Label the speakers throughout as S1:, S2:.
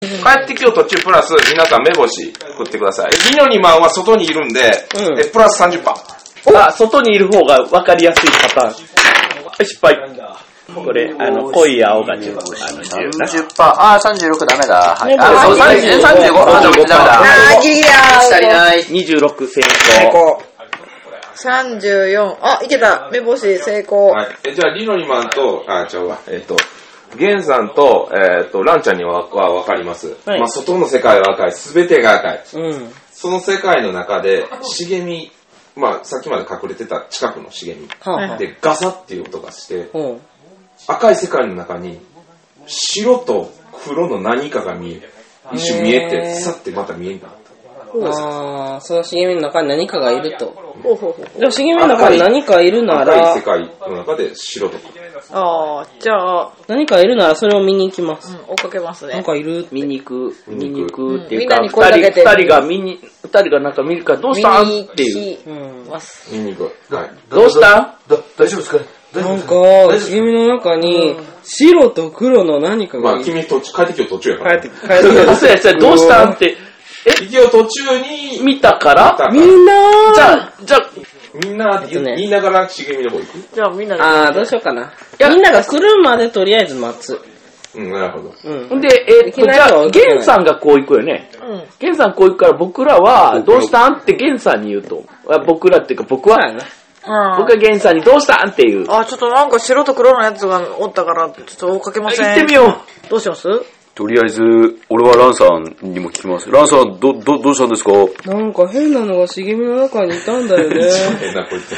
S1: 帰ってきよう途中プラス、皆さん目星送ってください。えリノニマンは外にいるんで、
S2: うん
S1: えプラス30%。
S2: あ、外にいる方が分かりやすいパターン。失敗。これ、あの、濃い青が10、あの、10な。
S3: 30%。あー、36ダメだ。はい。あー、そう、
S2: 35
S3: 35。あー、ダメだ。
S4: あー、ギリギリ
S3: あー足り
S4: だ。
S3: ない。
S2: 26成
S4: 成
S2: 功。
S4: 功。34。あ、いけた。目星成功。
S1: はい。えじゃあ、リノニマンと、あ、ちゃうわ。えっ、と、ゲンさんと、えっ、と、ランちゃんにははわかります。
S2: はい
S1: まあ、外の世界は赤い。すべてが赤い。
S2: うん。
S1: その世界の中で、茂み、まあ、さっきまで隠れてた近くの茂み。
S2: はあ、は
S1: で、ガサっていう音がして、
S2: あ、うん。
S1: 赤い世界の中に、白と黒の何かが見える。一瞬見えて、
S5: へー
S1: さってまた見えんかった。
S5: ああ、その茂みの中に何かがいると。
S4: ほうほうほう。
S5: でも茂みの中に何かいるな
S1: 赤い世
S5: ら、
S1: 界の中で白と黒。
S4: あー、じゃあ、
S5: 何かいるならそれを見に行きま
S4: う
S5: す。
S4: ん、追っかけます
S5: なん
S4: ね。
S5: かいる
S2: 見に行く、見
S1: 見
S2: に
S1: に
S2: 行
S1: 行
S2: くっていう
S4: う
S2: か、
S4: んみ
S2: 二
S4: んなに声かけて
S2: 人、二人が見に、二人がなんか見るから、どうしたんっていう。
S4: 見
S5: う
S4: に行
S5: ん
S4: き。ます。
S1: 見に行く。はい。
S2: どうしたん
S6: だ大丈夫ですか大丈夫
S5: な
S6: で
S5: ん
S6: す
S5: か、茂みの中に、白と黒の何か
S1: ま
S5: が
S1: あ、
S5: いる。
S1: 君途中、帰ってきよう途中やか
S5: 帰っ
S1: ら。
S5: て、帰って
S2: そうやそうや、どうしたんって、
S1: 行きよう途中に、
S2: 見たか
S1: 見た
S2: ら
S1: から
S5: みんなー
S2: じゃあ、じゃあ、
S1: みんな
S5: えっと
S1: 言,、
S5: ね
S1: いながら茂みの方行く
S4: じゃあ、みんなで。
S5: あー、どうしようかな。みんなが来るまでとりあえず待つ。
S1: うん、なるほど。
S5: うん。
S2: ほんで、えっと、
S5: いき
S2: じ
S5: なりは
S2: ゃあ、
S5: 起きない
S2: ゲンさんがこう行くよね。
S4: うん。
S2: ゲンさんこう行くから、僕らは、どうしたんってゲンさんに言うと。あ僕らっていうか、僕は、
S4: あ
S2: 僕はゲンさんにどうしたんっていう。
S4: あー、ちょっとなんか白と黒のやつがおったから、ちょっと追っかけません。
S2: 行ってみよう。
S4: どうします
S6: とりあえず、俺はランさんにも聞きます。ランさん、ど、ど、どうしたんですか
S5: なんか変なのが茂みの中にいたんだよ ね。
S1: 変なこいつ。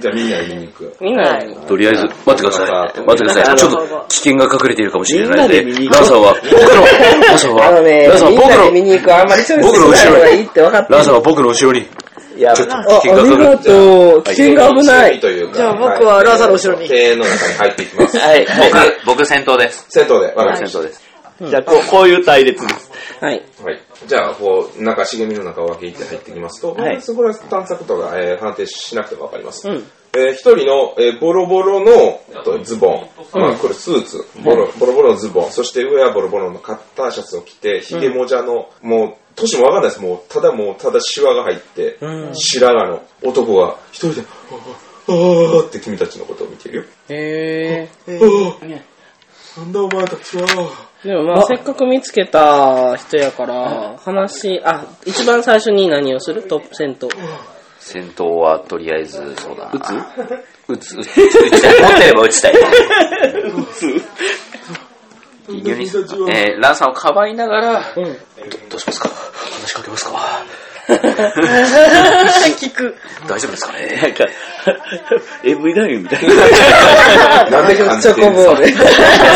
S1: じゃあみんなで見に行く。
S5: みんな、
S6: とりあえず、待ってください。待ってください。ちょっと、危険が隠れているかもしれないの
S2: み
S6: で、
S2: んなで見に行こ
S6: ランさんは、僕の、ランさんは、
S5: あのね
S6: ランさん、は
S5: みん
S6: 僕
S5: な
S6: の
S5: で、見に行くあんまりそういうのしない方がいいって分かって
S6: ランさんは僕の後ろに、
S2: いや、
S5: あ、ありがとう。危険が危ない。
S1: というか
S4: じゃあ僕はラーザの後ろに
S1: 庭園の中に入っていきます。
S2: はい。
S3: 僕、僕先頭です。
S1: 銭湯で。わかりまし
S3: 先頭です。
S2: じゃあ、こう、こういう隊列です。
S5: はい。
S1: た。はい。じゃあ、こう、中、茂みの中を分け入って入ってきますと、
S2: はい
S1: まあそこら探索とか、えー判定しなくてもわかります。
S5: うん。
S1: えー一人の、えーボロボロの、えっとズボン、まあ、これスーツ、ボロボロボロのズボン、そして上はボロボロのカッターシャツを着て、ひげもじゃの、もう、年もわかんないです。もう、ただもう、ただシワが入って、白髪の男が一人で、あーあーって君たちのことを見てるよ。
S5: へ
S1: なんだお前たちは。
S5: ー。でもまあ、せっかく見つけた人やから、話、あ、一番最初に何をするトップ戦闘。
S3: 先頭は、とりあえず、そうだな。打つ打つ、打つ、打ちたい。持ってれば打ちたい。微妙にえー、ランさんをかばいながら、
S5: うん。
S3: どうしますか話しかけますか
S4: 聞く。
S3: 大丈夫ですかね
S2: なんか、AV 男優みたいな。
S1: なんで感
S5: チ
S1: じ
S5: ョ
S1: てる
S5: コ
S1: んです
S5: ボー
S1: か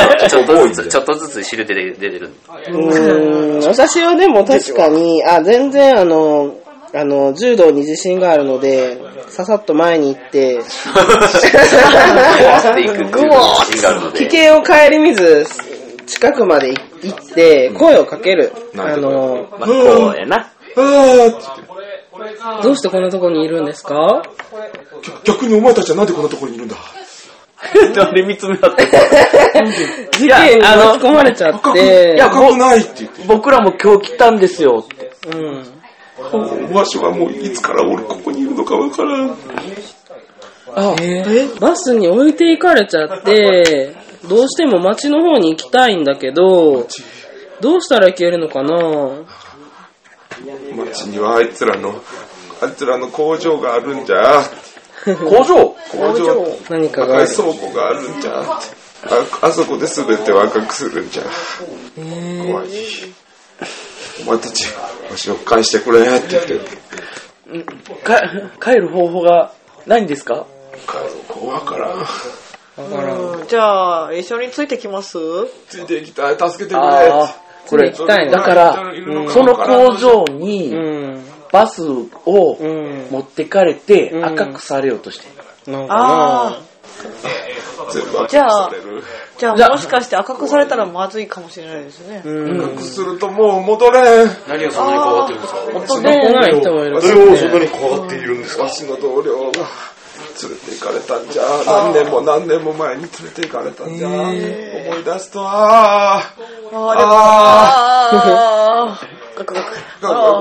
S5: ル。
S3: ちょっとずつ、ちょっとずつ汁出て出てる。
S5: うーん、私はでも確かに、あ、全然あの、あの、柔道に自信があるので、ささっと前に行 って、
S3: 壊していくっていうシーンがあるの
S5: 危
S3: で。
S5: 険を顧みず、近くまで行って、声をかける。
S1: な
S5: あ
S1: んて声を
S5: の、
S2: まあ、こうやな。
S5: どうしてこんなとこにいるんですか
S1: 逆にお前たちはなんでこんなところにいるんだ
S2: 誰見つめ合ってた
S5: 事件に巻き込まれちゃって、
S1: 赤くないって言って。
S2: 僕らも今日来たんですよって。
S5: うん。
S1: わしはもういつから俺ここにいるのかわからん。
S5: あ、バスに置いていかれちゃって、どうしても街の方に行きたいんだけど、どうしたら行けるのかな
S1: 町にはあいつらの、あいつらの工場があるんじゃ。
S2: 工場
S1: 工場って
S5: 何か
S1: 赤
S5: があ
S1: い
S5: る。
S1: 倉庫があるんじゃって。あ、あそこで全てを赤くするんじゃ。怖い。お前たち、わしを返してくれって言ってる。
S2: か、帰る方法がないんですか
S1: 帰ろう、怖からん。
S4: うんじゃあ、一緒についてきます
S1: ついていきたい、助けてくれ。
S2: ああ、これ、
S5: 行きたい
S2: だ
S5: な。
S2: から、その工場に
S5: うん。
S2: バスを
S5: うん。
S2: 持ってかれて
S5: うん
S2: 赤くされようとしてる。
S5: なんかな
S4: あ
S1: 全部赤く
S4: じゃあ
S1: される。
S4: ー、じゃあもしかして赤くされたらまずいかもしれないですね。
S5: うん。
S1: 赤くするともう戻れん。
S3: 何がそんなに変わってるんですか
S5: 来ない人もいる。
S1: れをそんなに怖がっているんですかわしの同僚が連れて行かれたんじゃ何年も何年も前に連れて行かれたんじゃ思い出すとああああ
S4: あー。ガクガク。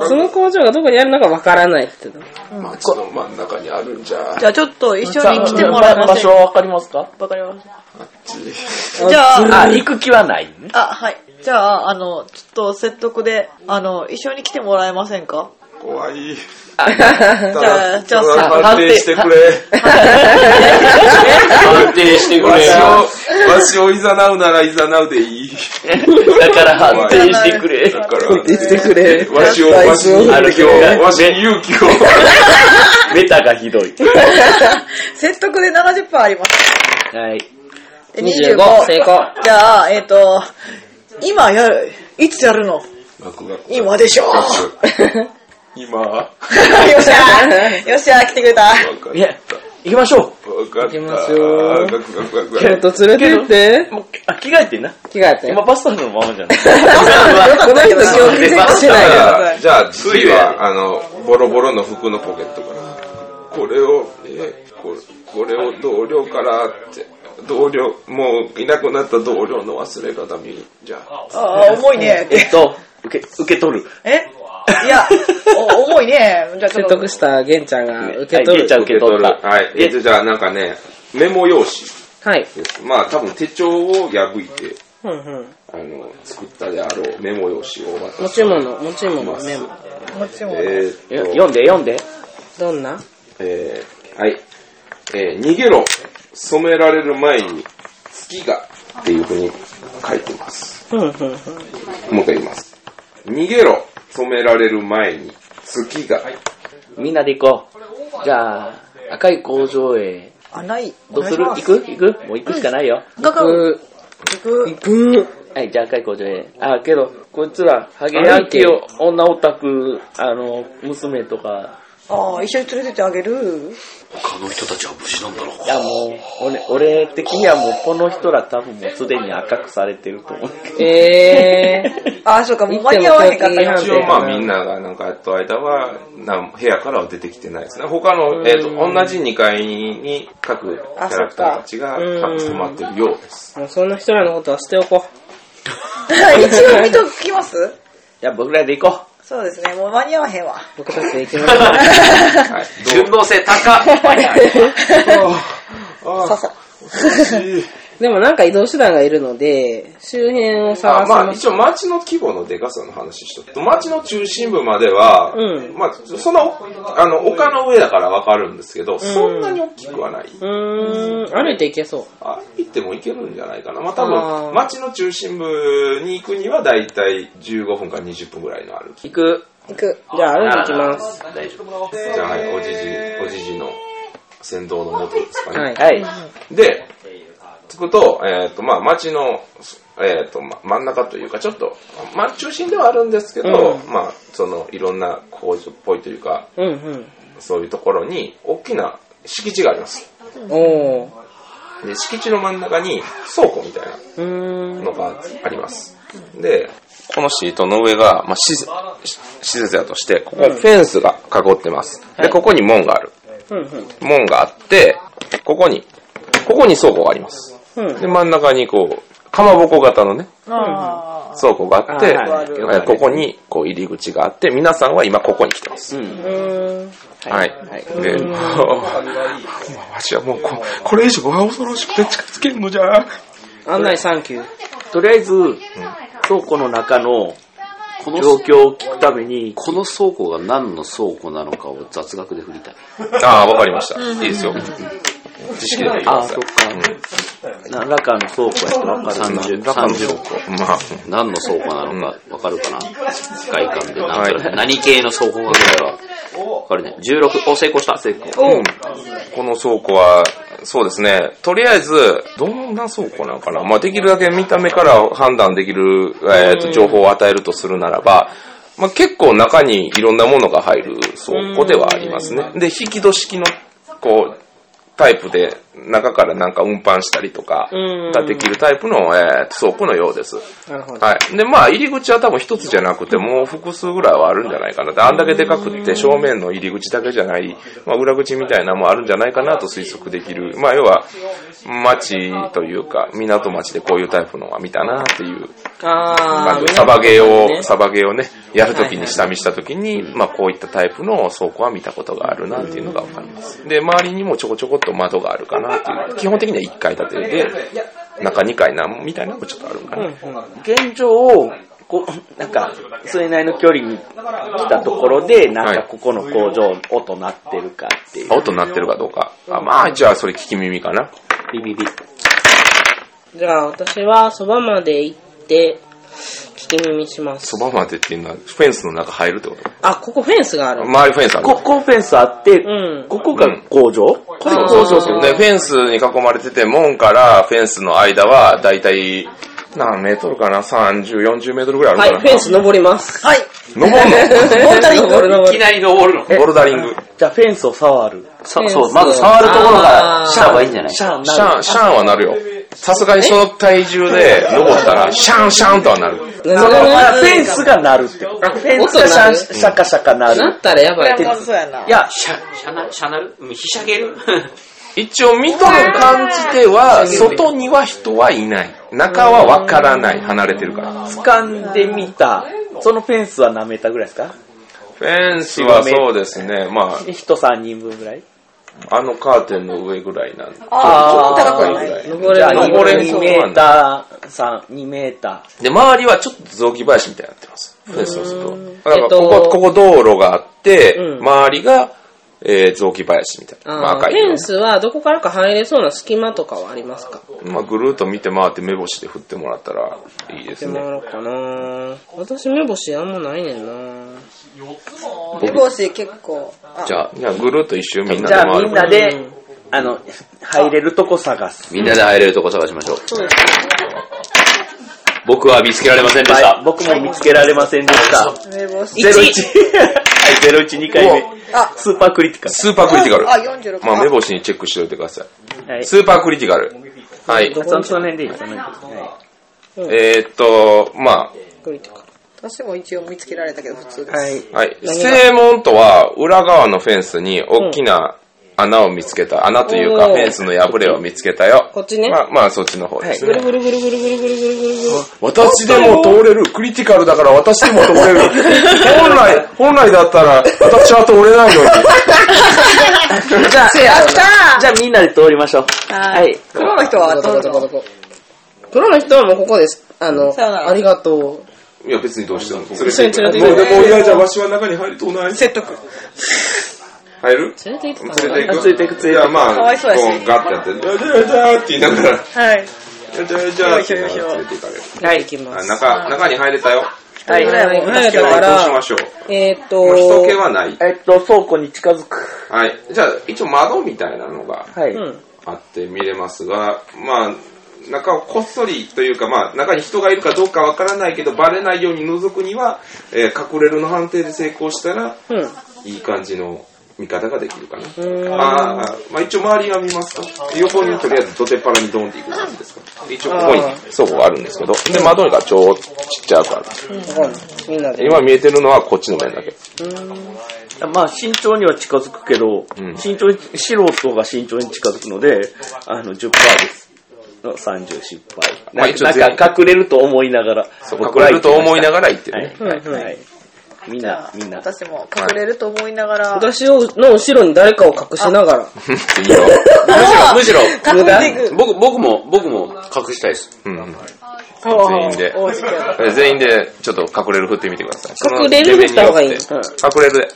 S5: その工場がどこにあるのかわからないって言ってた。
S1: 街の真ん中にあるんじゃ
S4: じゃあちょっと一緒に来てもらえま
S7: 場
S4: せん
S7: 所
S4: か
S7: はわかりますか
S4: わかります。じゃあ、
S7: あ、行く気はないね。
S4: あ、はい。じゃあ、あの、ちょっと説得で、あの、一緒に来てもらえませんか
S1: 怖いじ
S4: じゃあ、じゃあ、さ
S1: 判定してくれ
S6: 安定してく
S1: わ
S6: れよ。
S1: しをわしをいざなうならいざなうでいい
S7: だから判定してく れ。
S1: だから
S5: 言ってくれ。
S1: わしをわしに勇気をわしに勇気を
S7: ベタがひどい。
S4: 説得で70%あります。
S7: はい。
S4: で
S5: 25成功。
S4: じゃあ、えっ、と、今やる、いつやるの
S1: 落語
S4: 今でしょよ
S1: 今わ
S4: っしゃよっしゃ来てくれた。
S1: かっ
S7: いや、行きましょう。
S1: たわかった
S5: 行きますよ
S1: ガクガクガクガク
S5: 京都連れてって。
S7: もうあ着替えてんな。
S5: 着替えて。
S7: 今バスタオルのままじゃない。
S5: この人今日
S7: 全然
S5: 全
S7: し
S5: 然してて
S1: じ
S5: ないよ。
S1: ゃあ、じゃあ次は、あの、ボロボロの服のポケットから。これを、え、ここれを同僚からって、同僚、もういなくなった同僚の忘れ方見る。じゃあ、
S4: あー重いね。
S7: えっと、受け、受け取る。
S4: えいや、お重いね。じゃあちょ
S5: 説
S4: っと
S5: 得、した玄ちゃんが受け
S7: はい
S5: 取
S7: 玄ちゃ
S5: る。
S7: ん受け取った
S1: はい。えっと、じゃあなんかね、メモ用紙です。
S5: はい。
S1: まあ多分手帳を破いて、
S5: うんうん。
S1: あの、作ったであろうメモ用紙を渡
S5: 持
S1: す。
S5: ち物、持ち物、メモ。
S4: 持ち物。
S1: えーっと
S7: よ読んで、読んで。
S5: どんな
S1: えーはい。えー逃げろ、染められる前に、月が、っていうふうに書いてます。
S5: うんうんうん。
S1: もう一回言います。逃げろ、染められる前に、月が、
S7: みんなで行こう。じゃあ、赤い工場へ。
S4: あ、ない。
S7: どうする
S4: お願
S7: 行
S4: いし
S7: く行くもう行くしかないよ。
S4: ますガクガク。
S5: う、
S4: 行く。
S5: ぐ
S7: はい、じゃあ赤い工場へ。あ、けど、こいつら、ハゲヤンキーを女オタク、あの、娘とか、
S4: ああ、一緒に連れてってあげる
S6: 他の人たちは無事なんだろう
S7: いやもう、俺、俺的にはもうこの人ら多分もうすでに赤くされてると思う。
S5: えー。
S4: ああ、そうか、もう間に合わへんかったか
S5: 行
S4: ら
S5: っ。て
S1: 一応まあみんながなんかやっと間は、なん部屋からは出てきてないですね。他の、えーと、同じ2階に各キャラクターたちが
S5: そっかうん
S1: 泊まってるようです。
S5: もうそんな人らのことはしておこ
S4: 一応見ときます
S7: じゃあ僕らで行こ
S4: そうですね、もう間に合わへんわ。
S5: う。僕たちで行きましょう。
S1: はい。
S6: 順応性高
S4: ささ。
S5: でもなんか移動手段がいるので、周辺を探
S1: あ
S5: し
S1: まあ
S5: ま
S1: 一
S5: しょ
S1: 応町の規模のでかさの話しとくと町の中心部までは、
S5: うん
S1: まあそのあの丘の上だからわかるんですけど、そんなに大きくはない。
S5: う。うーん、歩いて行けそう。
S1: あ行っても行けるんじゃないかな。まあ多
S5: あー
S1: 分町の中心部に行くにはだいたい15分から20分ぐらいの歩き。
S7: う。行く。
S4: 行く。
S5: じゃあ歩いて行きます。
S7: 大丈夫。
S1: じゃあはいおじじおじじの先導のもとですかね。
S5: はい。
S7: はい。
S1: で、着くと、えっ、と、まあ、街の、えっ、と、ま、真ん中というか、ちょっと、まあ、中心ではあるんですけど、
S5: う
S1: まあ、その、いろんな工場っぽいというか、
S5: うんうん。
S1: そういうところに、大きな敷地があります。
S5: おー。
S1: で、敷地の真ん中に倉庫みたいな
S5: うーん。
S1: のがあります。で、このシートの上が、まあ、施設施設だとして、ここフェンスが囲ってます。で、ここに門がある。
S5: うんうん。
S1: 門があって、ここに、ここに倉庫があります。
S5: うん
S1: で、真ん中にこう、かまぼこ型のね、
S4: あ
S1: 倉庫があって、
S7: あはい
S1: えーここにこう入り口があって、皆さんは今ここに来てます。
S7: うん。
S5: うーん。
S1: はい。で、もう わしはもうこ、これ以上は恐ろしくて近づけんのじゃ。
S5: 案内サンキュー。
S7: とりあえず、倉庫の中の
S6: こ
S7: 状
S6: の、
S7: 況を聞くために、
S6: この倉庫が何の倉庫なのかを雑学で振りたい。
S1: ああ、わかりました。いいですよ。知識で振ってく
S7: あ
S1: だ
S7: あ、
S1: さ
S7: そ
S1: い
S7: っ。か。何らかの倉庫やったら分かる。
S6: 30、
S1: 中の倉
S6: 30
S1: 庫。まあ、
S6: 何の倉庫なのかわかるかな、外観でなんとなく
S1: はい
S6: 何系の倉庫かぐらいは。わかるね。16、お、成功した。成功。
S1: うんこの倉庫は、そうですね。とりあえず、どんな倉庫なのかな。まあ、できるだけ見た目から判断できる、えーと、情報を与えるとするならば、まあ、結構中にいろんなものが入る倉庫ではありますね。で、引き戸式の、こう、タイプで、
S8: 中からなんか運搬したりとか
S5: うん
S8: ができるタイプの、えー倉庫のようです。
S5: なるほど。
S8: はい。で、まあ、入り口は多分一つじゃなくて、もう複数ぐらいはあるんじゃないかな。であんだけでかくって、正面の入り口だけじゃない、まあ、裏口みたいなのもあるんじゃないかなと推測できる。まあ、要は、町というか、港町でこういうタイプのが見たなっていう
S5: あ
S8: 感
S5: ー
S8: じ。サバゲーを、
S5: ね
S8: サバゲーをね、やるときに下見したときに、まあ、こういったタイプの倉庫は見たことがあるなっていうのがわかります。で、周りにもちょこちょこっと窓があるかなっていう。基本的には1階建てで、中2階なんみたいなのもちょっとあるんかな。
S2: 現状を、こう、なんか、それなりの距離に来たところで、なんか
S8: はい
S2: ここの工場、音鳴ってるかっていう。
S8: 音鳴ってるかどうか。あまあ、じゃあそれ聞き耳かな。
S2: ビビビ。
S5: じゃあ私はそばまで行って、聞き耳します。
S8: そばまでっていうのは、フェンスの中入るってこと
S5: あ、ここフェンスがある。
S8: 周りフェンスある
S2: ここフェンスあって、
S5: うん
S2: ここが工場、これ工場
S8: そうそう。で、フェンスに囲まれてて、門からフェンスの間は、だいたい、何メートルかな ?30、40メートルぐらいあ
S5: は
S8: る
S5: い、
S8: かな。
S5: フェンス登ります。はい。
S8: 登る
S5: 登り登る登る。
S6: なり登るの
S8: のボルダリング。
S2: じゃあフェンスを触る。
S6: さそう、まず触るところが
S5: あー
S6: した方がいいんじゃない
S2: シャー
S8: シ
S2: な
S8: ャ
S2: る。
S8: ン、シャンはなるよ。さすがにその体重で登ったら、シャンシャンとはなる。
S5: な
S2: そのあフェンスが鳴るってこと。フェンスがシャンシャカシャカ鳴
S5: な
S2: る。
S5: ったらやばい。
S4: まずそうやな。
S2: いや、
S6: シャ、シャな、シャなるうんひしゃげる
S8: 一応、見との感じでは、外には人はいない。中はわからない。離れてるから。
S2: 掴んでみた。そのフェンスは何メーターぐらいですか
S8: フェンスはそうですね、ま
S2: 人3人分ぐらい
S8: あ、あのカーテンの上ぐらいなんで。
S4: ああ、
S2: ちょっと
S4: 高くは
S8: ぐ
S4: な
S8: ら
S4: い。
S8: い
S5: 登
S2: じ
S5: れ
S2: ゃあ
S5: る
S2: 2
S5: 登れる。
S2: メーター、3、2メータ
S8: で、周りはちょっと雑木林みたいになってます。フェンスをすると。だから
S5: えっ
S8: ことこ、ここ道路があって、
S5: うん
S8: 周りが、えー雑木林みたいな。まあ
S5: あー
S8: 赤い
S5: フ
S8: 色
S5: ェンスはどこからか入れそうな隙間とかはありますか
S8: まあぐるーっと見て回って目星で振ってもらったらいいです
S5: でも
S8: ね。
S5: らおうかな私目星あんまないねんな
S4: 目星結構。あ
S8: じゃあ、じゃあぐるーっと一周みん
S2: ー。
S8: な
S2: じ
S8: で
S2: ゃ
S8: 回
S2: あ
S8: る
S2: みんなで、あの、入れるとこ探す。
S6: みんなで入れるとこ探しましょう。
S4: そうですね。
S6: 僕は見つけられませんでした。
S2: 僕も見つけられませんでした。
S4: 目星。
S2: 01。はい、01、2回目。
S4: あ、
S2: スーパークリティカ
S8: スーパークリティカル。
S4: あ、46。
S8: まあ目星にチェックしておいてください。
S2: ル。はい。
S8: スーパークリティカル。はい。
S2: そその辺でいい、その辺でいい。
S8: えーっと、まあ、
S5: これとか
S4: 私も一応見つけられたけど、普通です。
S5: はい
S8: はい。
S5: 何が
S8: 正門とは裏側のフェンスに大きな穴を見つけた。穴というか
S5: お
S8: フ
S5: ー
S8: ェンスの破れを見つけたよ。
S5: こっちね
S8: まあ、まあ、そっちの方です
S5: ぐ
S8: ね。
S5: るぐるぐるぐるぐるぐるぐるぐるぐる
S8: 私でも通れる。クリティカルだから私でも通れる。本来、本来だったら私は通れないのに。
S2: じゃあ、
S4: た
S2: じゃあみんなで通りましょう。
S4: はい
S2: はい。
S4: 黒の人はどうぞ。
S5: 黒の人はもうここですあの
S4: さよなら
S5: ありがと
S8: いや、別にどうしても。連
S5: 一緒に連れて行
S8: も
S5: く
S8: うでも、いや、じゃあわしは中に入りとうない。
S4: 説得。
S8: 入る
S5: う連れて行っ
S8: 連
S5: てたの
S8: れて行く。
S2: 連れて行く連れて行く
S8: いや、まあ、
S4: かわいそうやし
S8: こうガッてやって、じゃあじゃあじゃあって言いなが
S4: は
S8: ら、
S4: い。
S8: じゃあじゃあじゃあって言いなが
S4: よいしょよいしょ
S8: ら連れて行かれる。
S5: はい行きま
S8: あ
S5: す
S8: 中、中に入れたよ。
S2: はい。
S5: はい入れたか
S8: どうし
S5: ら
S8: ましょう。
S5: えーっ
S8: まあ人
S5: と
S8: 気はない。
S2: えっと、倉庫に近づく。
S8: はい。じゃあ、一応窓みたいなのが
S2: はい。
S5: うん
S8: あって見れますが、まあ、中をこっそりというか、まあ、中に人がいるかどうかわからないけど、バレないように覗くには、えー隠れるの判定で成功したら、
S5: うん
S8: いい感じの見方ができるかな。
S5: ーん
S8: あーまあ、一応周りは見ますと。横にとりあえずドテッパラにドンっていく感じですか。一応ここに
S5: あ
S8: 倉庫があるんですけど、で、窓が超ちっちゃくある。
S5: わかんないみんなで
S8: 今見えてるのはこっちの面だけ。
S2: まあ、慎重には近づくけど、
S8: うん
S2: 慎重に、素人が慎重に近づくので、あの、10%です。の30失敗。
S8: ま
S2: な
S8: あ
S2: ん
S8: 一
S2: か
S8: 応全員
S2: なんか隠れると思いながら。
S8: そう隠れると思いな
S2: が
S8: がら言ってる
S2: は
S8: ね。
S2: い。はい。はい。みんな、みんな。
S4: 私も隠れると思いながら。
S5: 私をの後ろに誰かを隠しながら
S8: いいよ。
S6: むしろ、
S4: 隠れていく。
S6: 僕、僕も、僕も隠したいです。
S8: うん。
S5: はあ
S8: 全員で。
S4: 大好きやな
S8: 全員で、ちょっと隠れる振ってみてください。
S5: 隠れる振った方がいい
S8: そのレベルによって隠れるで。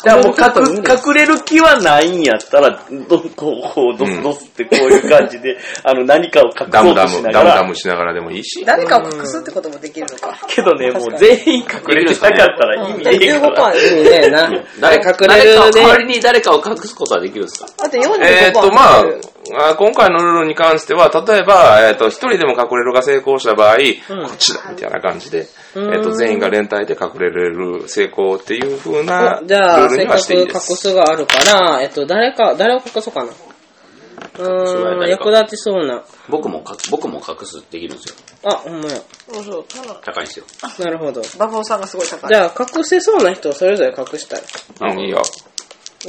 S2: じゃあもう隠隠れる気はないんやったら、ど、こう、こう、ど
S8: うん
S2: すどすってこういう感じで、 あの、何かを隠
S8: ダ
S2: そ
S8: ム
S2: う
S8: ダ
S2: とし
S8: ム、
S2: な
S8: ダ
S2: が
S8: ムダ
S2: ら。
S8: ムしながらでもいいし。
S4: 誰かを隠すってこともできるのか。
S2: けどね、もう全員隠れてなかったら意味ねえ
S5: 15%
S2: から。
S5: 意味ねえな
S6: 誰
S5: 隠
S6: か、誰
S5: れ
S6: か
S5: る
S6: を代わ
S5: で
S6: りに誰かを隠すことはできるんですか
S4: だって45%。
S8: えーっと、まあ、あー今回のルールに関しては、例えば、えーっと、一人でも隠れるが成功した場合、こっちだみたいな感じで、えーっと、全員が連帯で隠れる成功っていう風なル
S5: じゃ
S8: ー
S5: あ、せ
S8: ルに
S5: っ
S8: は
S5: か
S8: し
S5: く
S8: ていい
S5: 隠
S8: です。
S5: すがあるから、えっと、誰か、誰を隠そうかな。うーん、役立ちそうな。
S6: 僕もか、僕も隠すできるんですよ。
S5: あ、ほんまや。
S4: そうそう、多分、
S6: 高いんですよ。
S5: なるほど。
S4: 馬房さんがすごい高い。
S5: じゃあ、隠せそうな人をそれぞれ隠したい。
S8: うん、いいよ。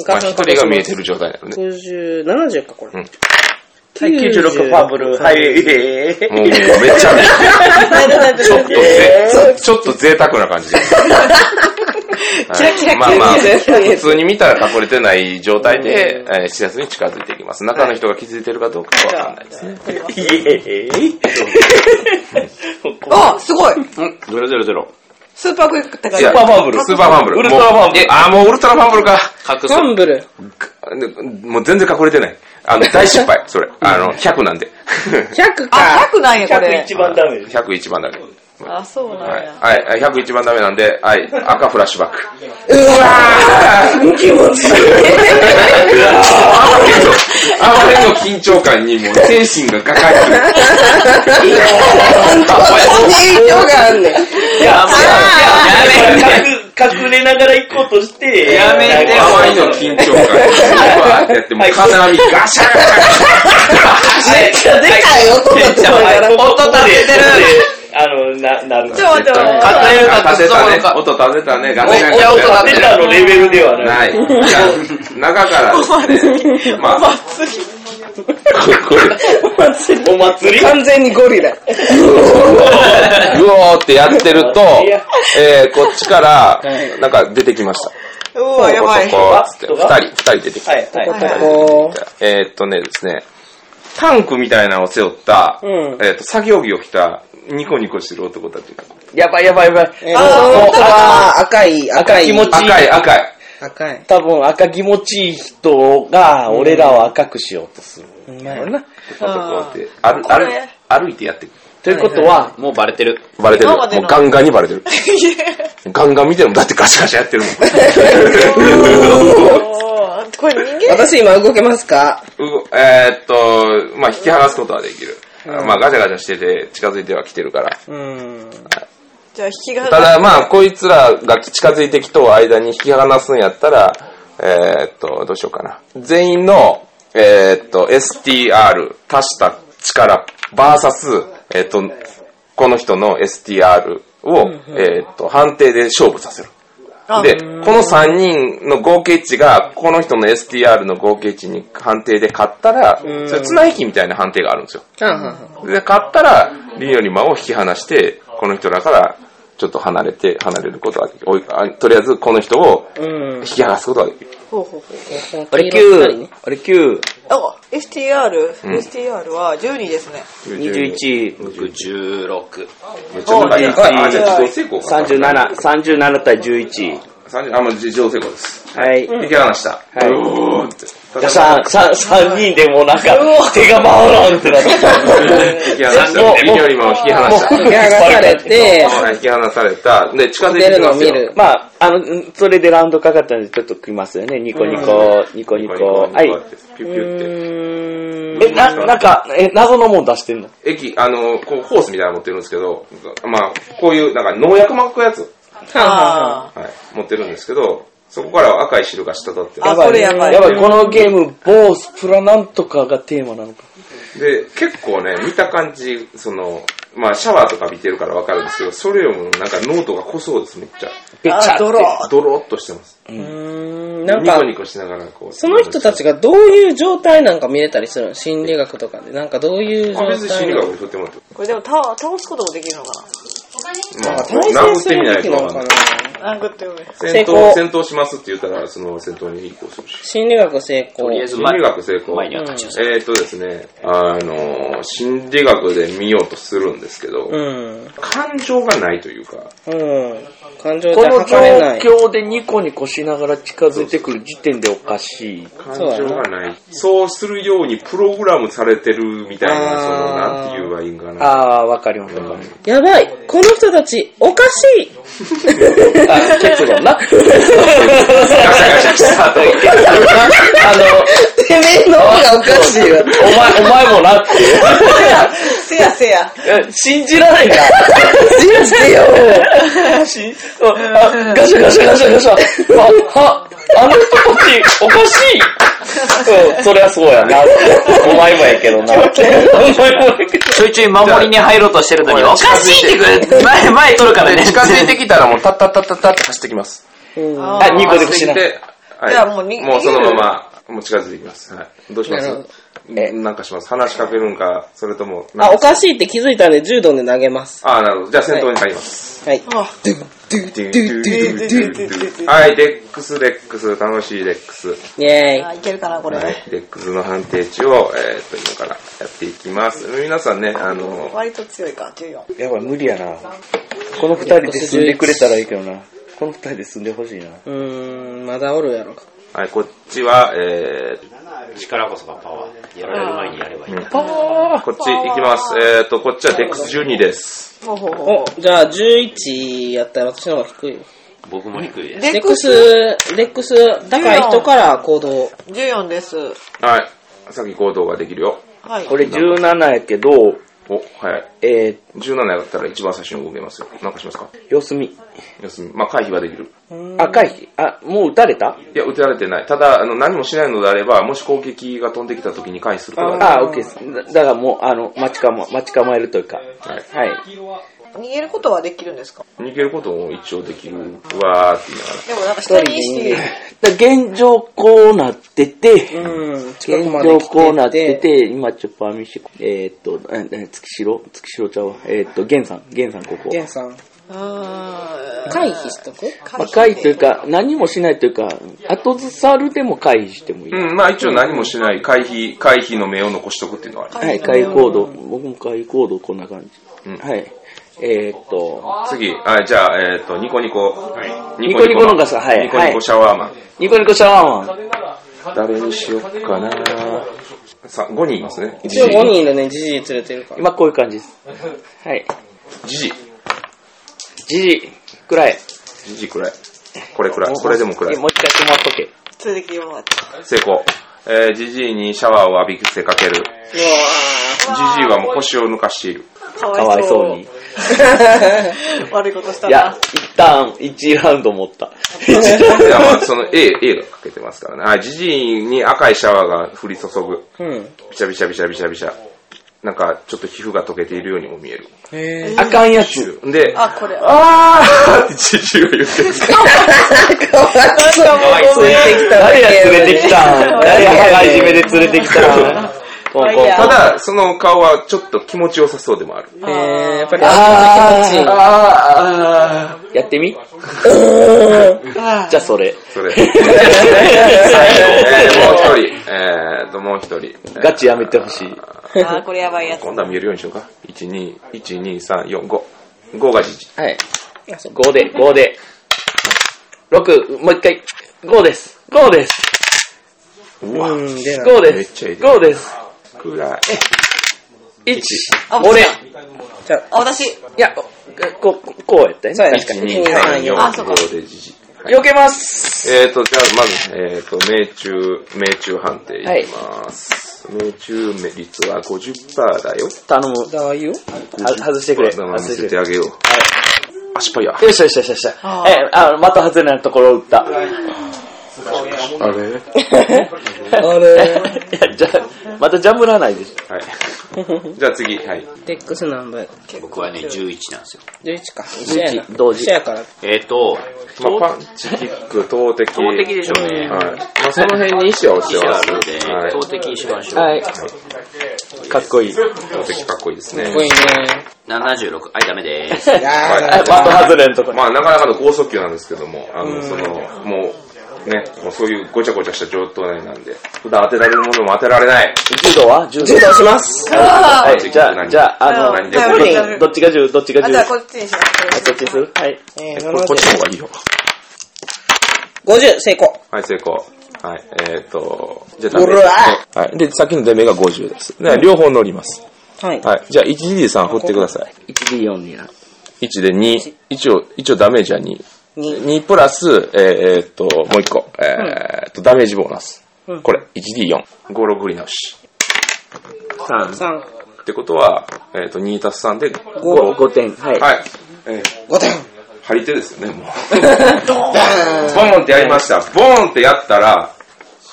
S8: まあ、
S5: 画
S8: 一
S5: 像
S8: 人が見えてる状態だよね。
S5: 60、70か、これ。
S8: うん
S2: はい、96ファブ ル。はい、えー
S8: もう、めっちゃね、ちょっとぜ、 ちょっと贅沢な感じで。キラキラまあま あ、普通に見たら隠れてない状態で、えー施設に近づいていきます。中の人が気づいてるかどうかはわかんないですね。
S2: イエーイ。
S4: あ、すごい
S8: うん、ゼロゼロゼロ。
S4: スーパークイックって感
S8: い
S4: じ
S8: や。
S2: パーファンブル
S8: スーパーファンブル。
S2: ウルトラファンブル
S8: もうえあー、もうウルトラファンブルか。
S6: 隠
S5: ファンブル。
S8: かもう全然隠れてない。あの、大失敗、それ。あの、100なんで。
S5: 100
S4: あ、
S5: か。
S4: 100なんや、これ。
S2: 101番ダメです。
S8: 101番だけ。
S4: あ、そうな
S8: は
S4: ん
S8: い
S4: や。
S8: はい、101番ダメなんで、はい、赤フラッシュバック。
S5: うわー気 持ちいい。
S8: あまりの緊張感にもう精神がかかってる。
S5: 影響があんねん。
S2: や
S6: やめて
S2: め隠れながら行こうとして、
S6: やめて
S8: あまりの緊張感にうわーってやって、もう金網ガシャン
S2: めっちゃでかい音立てながら。音立ててる。あの、な、なる。
S4: ちょっと待って、
S6: 勝
S4: 待って。
S6: てるか
S8: 立
S6: 立
S8: て
S6: つ
S8: たね
S6: の。か。
S8: 音立てたね。ガ
S6: お
S8: シャンガシャン
S6: 音立
S2: 出
S6: て
S2: たのレベルではない。
S8: ない。じゃあ中から、まあ、これ、
S2: お祭り
S5: 完全にゴリラ。
S8: うおーってやってると、えー、こっちから、なんか出てきました。
S4: うわ、やばい。
S8: そこっつって、二人、二人出てきた。
S2: はい、はい。
S5: おー
S8: えーっとねですね、タンクみたいなのを背負った、
S5: うん
S8: えーっと、作業着を着た、ニコニコしてる男たちが。
S2: やばいやばいやばい。
S5: えーそうあー赤い、赤い。
S2: 気持ちいい
S8: 赤。い、赤い。
S5: 赤い。
S2: 多分赤気持ちいい人が、俺らを赤くしようとする。
S5: うまいな。
S8: 男っ
S4: あー
S8: て、歩
S4: これ
S8: 歩歩いてやってく
S2: ということは、
S6: もうバレてる。
S8: バレてる。
S4: 今
S8: も
S4: までの
S8: うガンガンにバレてる。ガンガン見てるもん。だってガシャガシャやってるもん。
S4: おーこれ人間
S5: 私今動けますか
S8: うごえーっと、まあ引き剥がすことはできる。まあガチャガチャしてて近づいては来てるから。
S5: うん。
S4: じゃあ引きが
S8: ただまあこいつらが近づいてきとう間に引き離すんやったら、えーっと、どうしようかな。全員の、えーっと、STR、足した力、バーサス、えーっと、この人の STR を、えーっと、判定で勝負させる。
S4: あ
S8: で、この3人の合計値が、この人の STR の合計値に判定で勝ったら、それ綱引きみたいな判定があるんですよ。
S5: はんはんはん。
S8: で、勝ったら、リンよりマを引き離して、この人らから、ちょっと離れて、離れることができる。おいあとりあえず、この人を
S5: うん
S8: 引。き離すことができる。
S4: ほうほうほう。
S6: 俺
S5: 黄色い二
S6: 9
S5: 人ね、
S6: 俺9、
S4: あ、STR、
S8: うん
S4: STR は12ですね。
S2: 21、
S6: 僕16。
S8: めっちゃ高いな。
S2: お
S8: あ、あじゃあ自動成功か。
S2: 37、37対11。
S8: 30。あ、もう自動成功です。
S2: はい。
S8: 引き離した。
S2: はいう
S8: おーって。
S2: さ、さ、三人でもうなんか、手が回らんってなって
S8: 引き離した。リンよりマを引き離した。
S5: 引き剥がされて、
S8: はい引き離された。で、近づい
S5: 出
S8: て
S5: る
S8: き
S5: のを
S8: ます
S5: 見
S8: よ。
S5: る。
S2: まあ、あの、んそれでラウンドかかったんで、ちょっと食いますよね。ニコニコ、ニコニコ。はい。
S8: ピュピュって。
S2: え、な、なんか、え、謎のもん出してんの
S8: 液、あの、こう、ホースみたいなの持ってるんですけど、まあ、こういう、なんか農薬巻くやつ、
S4: あ
S8: はい、持ってるんですけど、そこからは赤い汁が滴って
S4: あ、これやばい
S2: や。ばい、このゲーム、ボースプラなんとかがテーマなのか。
S8: る。で、結構ね、見た感じ、その、まあ、シャワーとか浴びてるからわかるんですけど、それよりもなんか濃度が濃そうです、めっちゃ。
S2: べちゃっ
S4: あ、
S2: て
S4: ドロー。
S8: ドローっとしてます。
S5: うーん。なん
S8: ニコ
S5: か、
S8: ニコしながら、こう。
S5: その人たち
S8: が。
S5: がどういう状態なんか見れたりするの心理学とかで。なんかどういう状
S8: 別に
S5: 態
S8: 心理
S5: な
S8: 学
S5: の
S8: を振ってもらって。
S4: これでも倒倒すこともできるのか
S8: まあ、
S5: 対
S8: 殴
S5: 戦
S8: っ
S5: す
S8: てみ
S5: る
S8: ない
S5: 時
S8: と
S5: なの
S8: わかん
S5: か
S8: ない
S5: な。
S4: な。なんかってもね。
S5: 成
S8: 戦
S5: 功
S8: 闘、戦闘しますって言ったら、その戦闘に移行するし。
S5: 心理学成
S6: と
S5: 功。
S6: りあえず
S8: 心理学成功。
S6: 前には立ちました。
S8: えー、とですね、あの、心理学で見ようとするんですけど、
S5: うん。
S8: 感情がないというか、
S5: うん。感情
S2: こ
S5: で
S2: の
S5: 測れない。
S2: 状況でニコニコしながら近づいてくる時点でおかしい。
S8: 感
S5: そうや
S8: 情
S5: な
S8: がない。そうするようにプログラムされてるみたいな、
S5: あー
S8: その、なんて言えばいいんかな。
S2: あー、わかります、わかります。
S5: やばいこの人たち、おかしい
S2: あ結論な。
S8: ガシャガシャしたと。
S2: あの、
S5: てめ えの方がおかしい
S2: お
S5: わ。
S2: 前、お前もなって。
S4: せやせや。
S2: いや信じられんな。信じてよ。ガシャガシャガシャガシャ。あ、は、
S7: あの人たち、おかしいうん、そりゃそうやな。お前もやけ どな。お前もやけど。
S6: ちょいちょい守りに入ろうとしてるのに、おかしいってくれ前、前取るからね。
S8: 近づいてきたらもう、タッタッタッタッタって走ってきます。
S4: あ
S7: あ、
S4: ー
S7: ニコニコしな
S8: 走ってきてはい
S4: じゃあもうに
S8: もうそのまま、もう近づいてきます。はい。どうしま
S5: なる
S8: す
S5: ほど
S8: えなんかします。話しかけるんか、それとも、
S5: あ、おかしいって気づいたんで、柔道で投げます。
S8: ああ、なるほど。じゃあ先頭に入ります。
S5: はい。
S4: あ
S8: はい、デックス、デックス、楽しいデックス。
S5: イェー
S4: あ
S5: イ。
S4: いけるかな、これ。
S8: はい、デックスの判定値を、えーっと、今からやっていきます。皆さんね、あの、
S4: 割と強いか、14。
S2: やばい、無理やな。この二人で住んでくれたらいいけどな。この二人で住んでほしいな。
S5: うーん、まだおるやろ。
S8: はい、こっちは、えー、
S6: 力こそがパワー。やられる前にやればいい。
S8: こっち行きます。えーっと、こっちはデックス12です。
S4: ほうほうほ
S5: お、じゃあ11やったら私の方が低い。
S6: 僕も低いです。
S4: う。
S5: レ
S4: レ
S5: ックス、レックス、高い人から行動。
S4: 14です。
S8: はい、さっき行動ができるよ。
S4: はい。
S2: 俺17やけど、
S8: お、はい。
S2: え
S8: 17やったら一番最初に動けますよ。なんかしますか
S2: ー、四隅。
S8: 休み。まあ、回避はできる。
S2: 赤い日。あ、もう撃たれた
S8: いや、打てられてない。ただ、あの、何もしないのであれば、もし攻撃が飛んできた時に回避することがで
S2: あ、オッケーです。だだからもう、あの、待ち構え、待ち構えるというか。はい。
S4: 逃げることはできるんですか
S8: きる。逃げることも一応できる。うわーって言いながら。
S4: でもなんか下に意識。
S2: だから現状こうなってて、
S5: うん。
S2: 現状こうなってて、今ちょっと見して、えーっと、ええ月城月城ちゃうわ。えーっと、源さん、源さんここ。
S5: ゲンさん。
S4: うーん。
S5: 回避しとく
S2: まあ、回避というか、何もしないというか、後ずさるでも回避してもいい。
S8: うん、まあ一応何もしない、回避、回避の目を残しとくっていうのはある。
S2: はい、回避行動。僕も回避行動こんな感じ。はい。えーっと、
S8: 次、あじゃあ、えっ、と、ニコニコ。ニ
S2: ニコニコのがさはい
S8: ニコニコシャワーマン。
S2: ニコニコシャワーマン。
S8: 誰にしよっかなさ、5人いますね。
S5: 一応5人いるね、じじい連れてるから。
S2: 今こういう感じです。はい。
S8: じじ。
S2: じじい、くらい。
S8: じじくらい。これくらい。これでもくらい
S2: え。もう一回止まっとけ。
S4: 連れてきてもらって。
S8: 成功。えー、じじいにシャワーを浴びせかける。じじいはもう腰を抜かしている。
S4: か
S2: かわいそう に。。
S4: 悪いことした
S2: いや
S4: な。、
S2: 一旦、1ラウンド持 った。
S8: いや、ま あ、その A、A がかけてますからね。はい、じじいに赤いシャワーが降り注ぐ。
S5: うん。
S8: ビシャビシャビシャビシャビシャ。なんか、ちょっと皮膚が溶けているようにも見える。
S5: へ
S2: あかんやつ。
S8: で、
S4: あ、これ。
S8: あーってじじいが言ってる。
S2: 誰や連れてき たん誰や羽交い締めで連れてき たんコンコン
S8: ただ、その顔はちょっと気持ちよさそうでもある。
S5: えー、やっぱり、
S2: あ
S5: 気持ちいい。
S2: ーあーやって みじゃあそ れ。
S8: それ。えーもう一人。えーっと、もう一人。えー
S2: ガチやめてほしい。
S4: あ、これやばいやつ。
S8: 今度は見えるようにしようか。1、2、1、2、3、4、5。5がじじ。
S2: はい。5で、5で。6、もう一回。5です。5です。
S8: うわ、
S5: うん、出ない。
S2: 5
S8: め
S2: で
S8: っ
S2: す。
S8: ちゃいいね
S2: 5です。
S8: 暗い。
S2: 1
S4: あ。
S2: 俺。い
S5: じゃあ、
S4: あ、私。
S2: や、こう、こうやったね。
S5: そうやね
S8: 1、
S5: 1
S8: 2、3、
S5: 2 3 4
S8: 4、
S4: あそうか
S8: 5でじじ。
S2: 避けます。
S8: えーと、じゃあ、まず、えーと、命中、命中判定いきます。命中率は50%だよ。
S2: 頼む。
S5: だわよ。
S2: は外してくれ。
S8: まあ
S2: 外
S8: 見
S2: して
S8: せ
S2: くれ。
S8: て
S2: よ
S8: あげよう。あ、失敗や。
S2: しよしよしよし。え、
S4: あー
S2: あの、的外れないところを打った。
S8: あれはい。
S5: あれ
S2: いや、じゃあまたジャムらないでしょ。
S8: じゃあ次、はい。
S5: デックス何倍
S6: 僕はね、11なんですよ。
S5: ?11 か。一緒やな。
S2: 11同時
S5: 一緒やから。
S6: えっと、
S8: まあ、パンチ、キック、投擲。
S6: 投擲でしょうね。
S8: はい。まあ、その辺に意思は落ち
S6: 意
S8: て
S6: 思
S8: ま
S6: あ
S8: す。
S6: るので、
S8: はい
S6: 投。擲にしましょう。
S2: はい。かっこいい。
S8: 投擲かっこいいですね
S5: す。ごいね。
S6: 76。はい、ダメです。
S5: いやー、
S2: 的外れのところ。
S8: まあ、なかなかの高速球なんですけども、あの、その、もう、ね、もうそういうごちゃごちゃした状態なんで、普段当てられるものも当てられない。
S2: 柔道は柔道。
S5: どうします
S2: は
S8: ー
S2: い、じゃあ、じゃあ、あの、
S4: 何
S8: で
S2: ど
S8: 何
S4: で
S2: どっちが柔どっちが
S4: あ、
S2: 柔
S4: じゃあこ
S2: ど
S4: っちにします。
S2: っちにするはい。
S5: えー、
S8: これこっちの方がいいよ。
S5: 50、成功。
S8: はい、成功。はい、えーっと、じゃあ
S5: うるわ
S8: はい。で、さっきの出目が50です。ね、両方乗ります。
S5: はい。
S8: はい。じゃあ、1、2、3振ってください。
S2: 1D4 になる。
S8: 1で2。一応、一応ダメージは2。
S5: 2。
S8: 2プラス、えーえーっと、もう一個、えーっと、ダメージボーナス。
S5: うん
S8: これ、1D4。5、6振り直し。3。
S5: 3。
S8: ってことは、えーっと、2足す3で、5。
S2: 5点。はい。
S8: はい。
S5: 5点。
S8: 張り手です よね、もう。ボーンってやりました。ボーンってやったら、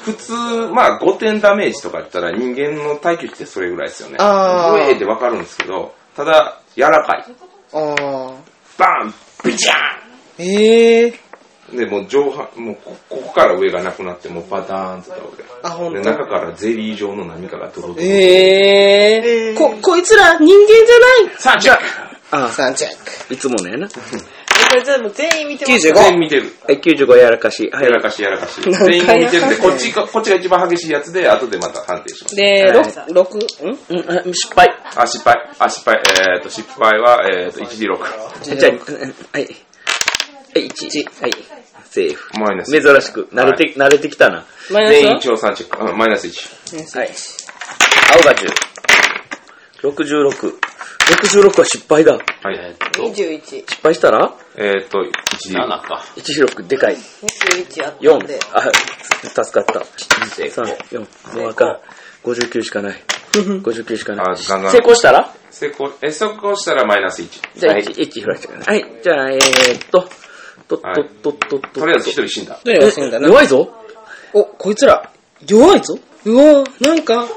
S8: 普通、まあ5点ダメージとかやったら人間の耐久値ってそれぐらいですよね。
S4: あー
S8: ブエーってわかるんですけど、ただ、柔らかい。
S4: あ
S8: バーンビチャ
S4: ーええ
S8: ーンで、もう上半、もうこここから上がなくなって、もうバターンって倒れ
S4: あ、ほん
S8: で、
S4: と。
S8: 中からゼリー状の何かが届く。
S5: えー、こ、こいつら人間じゃない
S8: さあ、じゃあ
S2: あ
S4: サンチェック。
S2: いつものやな。
S4: え、これ全部全員見てます。
S8: 全員見てる。
S2: え95やらかし。は
S8: やらかしやらかし。全員見てるんで、こっちが、こっちが一番激しいやつで、後でまた判定します。
S5: で、6、六ん
S2: うんあ失敗。
S8: あ、失敗。あ、失敗。えっ、ー、と、失敗は、えっ、ー、と、1D6。
S2: じゃあ、うんはい。はい、1。はい。セーフ。
S8: マイナス
S2: 珍しく。慣れて、慣れてきたな。
S5: マイ
S8: 全員
S5: ナス
S8: 一応3チェック。うん、マイナス1。
S2: はい。青が10。66。66は失敗だ。
S8: はい。
S4: 21。
S2: 失敗したら
S8: えっ、ー、と、1D6。
S6: 7か。
S2: ?16 でかい。
S4: 21あったん
S2: 4
S4: で。。
S2: あ、助かった。
S6: 成功
S2: 3、4。もうあかん。59しかない。59しかな
S8: あ
S2: い。
S8: ガンガン
S2: 成功したら
S8: 成功、え、成功したらマイナス1。
S2: じゃあ
S6: はい
S2: 1、1開いてください。はい。じゃあ、えーっと、と、
S8: はい
S2: と、と、と、と、
S8: とりあえず1人死んだ。
S5: どれが死んだな
S2: 弱いぞ
S5: お、こいつら、弱いぞうわなんか、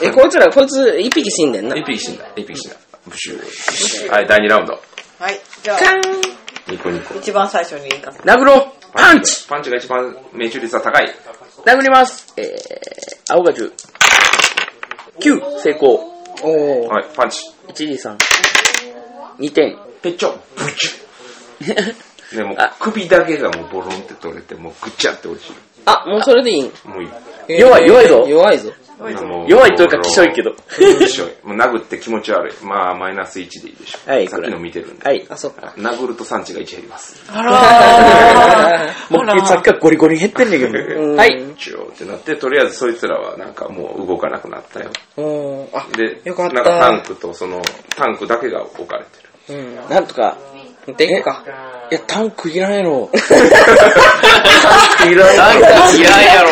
S5: 変え、こいつら、こいつ、一匹死んでんな。
S8: 1匹死んだ。1匹死んだ。ブシュー。はい、第2ラウンド。
S4: はい。じゃあ、
S8: ニコニコ。
S4: 一番最初にいいか。
S2: 殴ろうパンチ
S8: パンチが一番命中率は高い。
S2: 殴りますえー、青が10。9、成功。
S5: おー。
S8: はい、パンチ。
S2: 1D3。2点。
S8: ペチョ。ブチュー。でもう
S2: あ
S8: 首だけがもうボロンって取れて、もうぐちゃって落ち
S5: あ、もうそれでいいん
S8: る。もういい。
S5: えー
S2: 弱い弱いぞ
S5: 弱いぞ。
S8: も
S2: 弱いというか、きしょいけど。
S8: きしょい。もう殴って気持ち悪い。まあ、マイナス1でいいでしょう。
S2: はい
S8: さっきの見てるんで。
S2: はい。
S5: あ、そっか。
S8: 殴ると産地が1減ります。
S4: あら
S2: もう、さっきからゴリゴリ減ってんねんけど。
S5: うん
S2: はい。
S8: ちょーってなって、とりあえずそいつらはなんかもう動かなくなったよ。
S5: おー。あ、
S8: で、
S5: よかった
S8: なんかタンクとその、タンクだけが 置かれてる。
S5: うん。
S2: なんとか。
S5: でっか。
S2: いや、タンクいらんやろ。
S6: いらない。いやろ。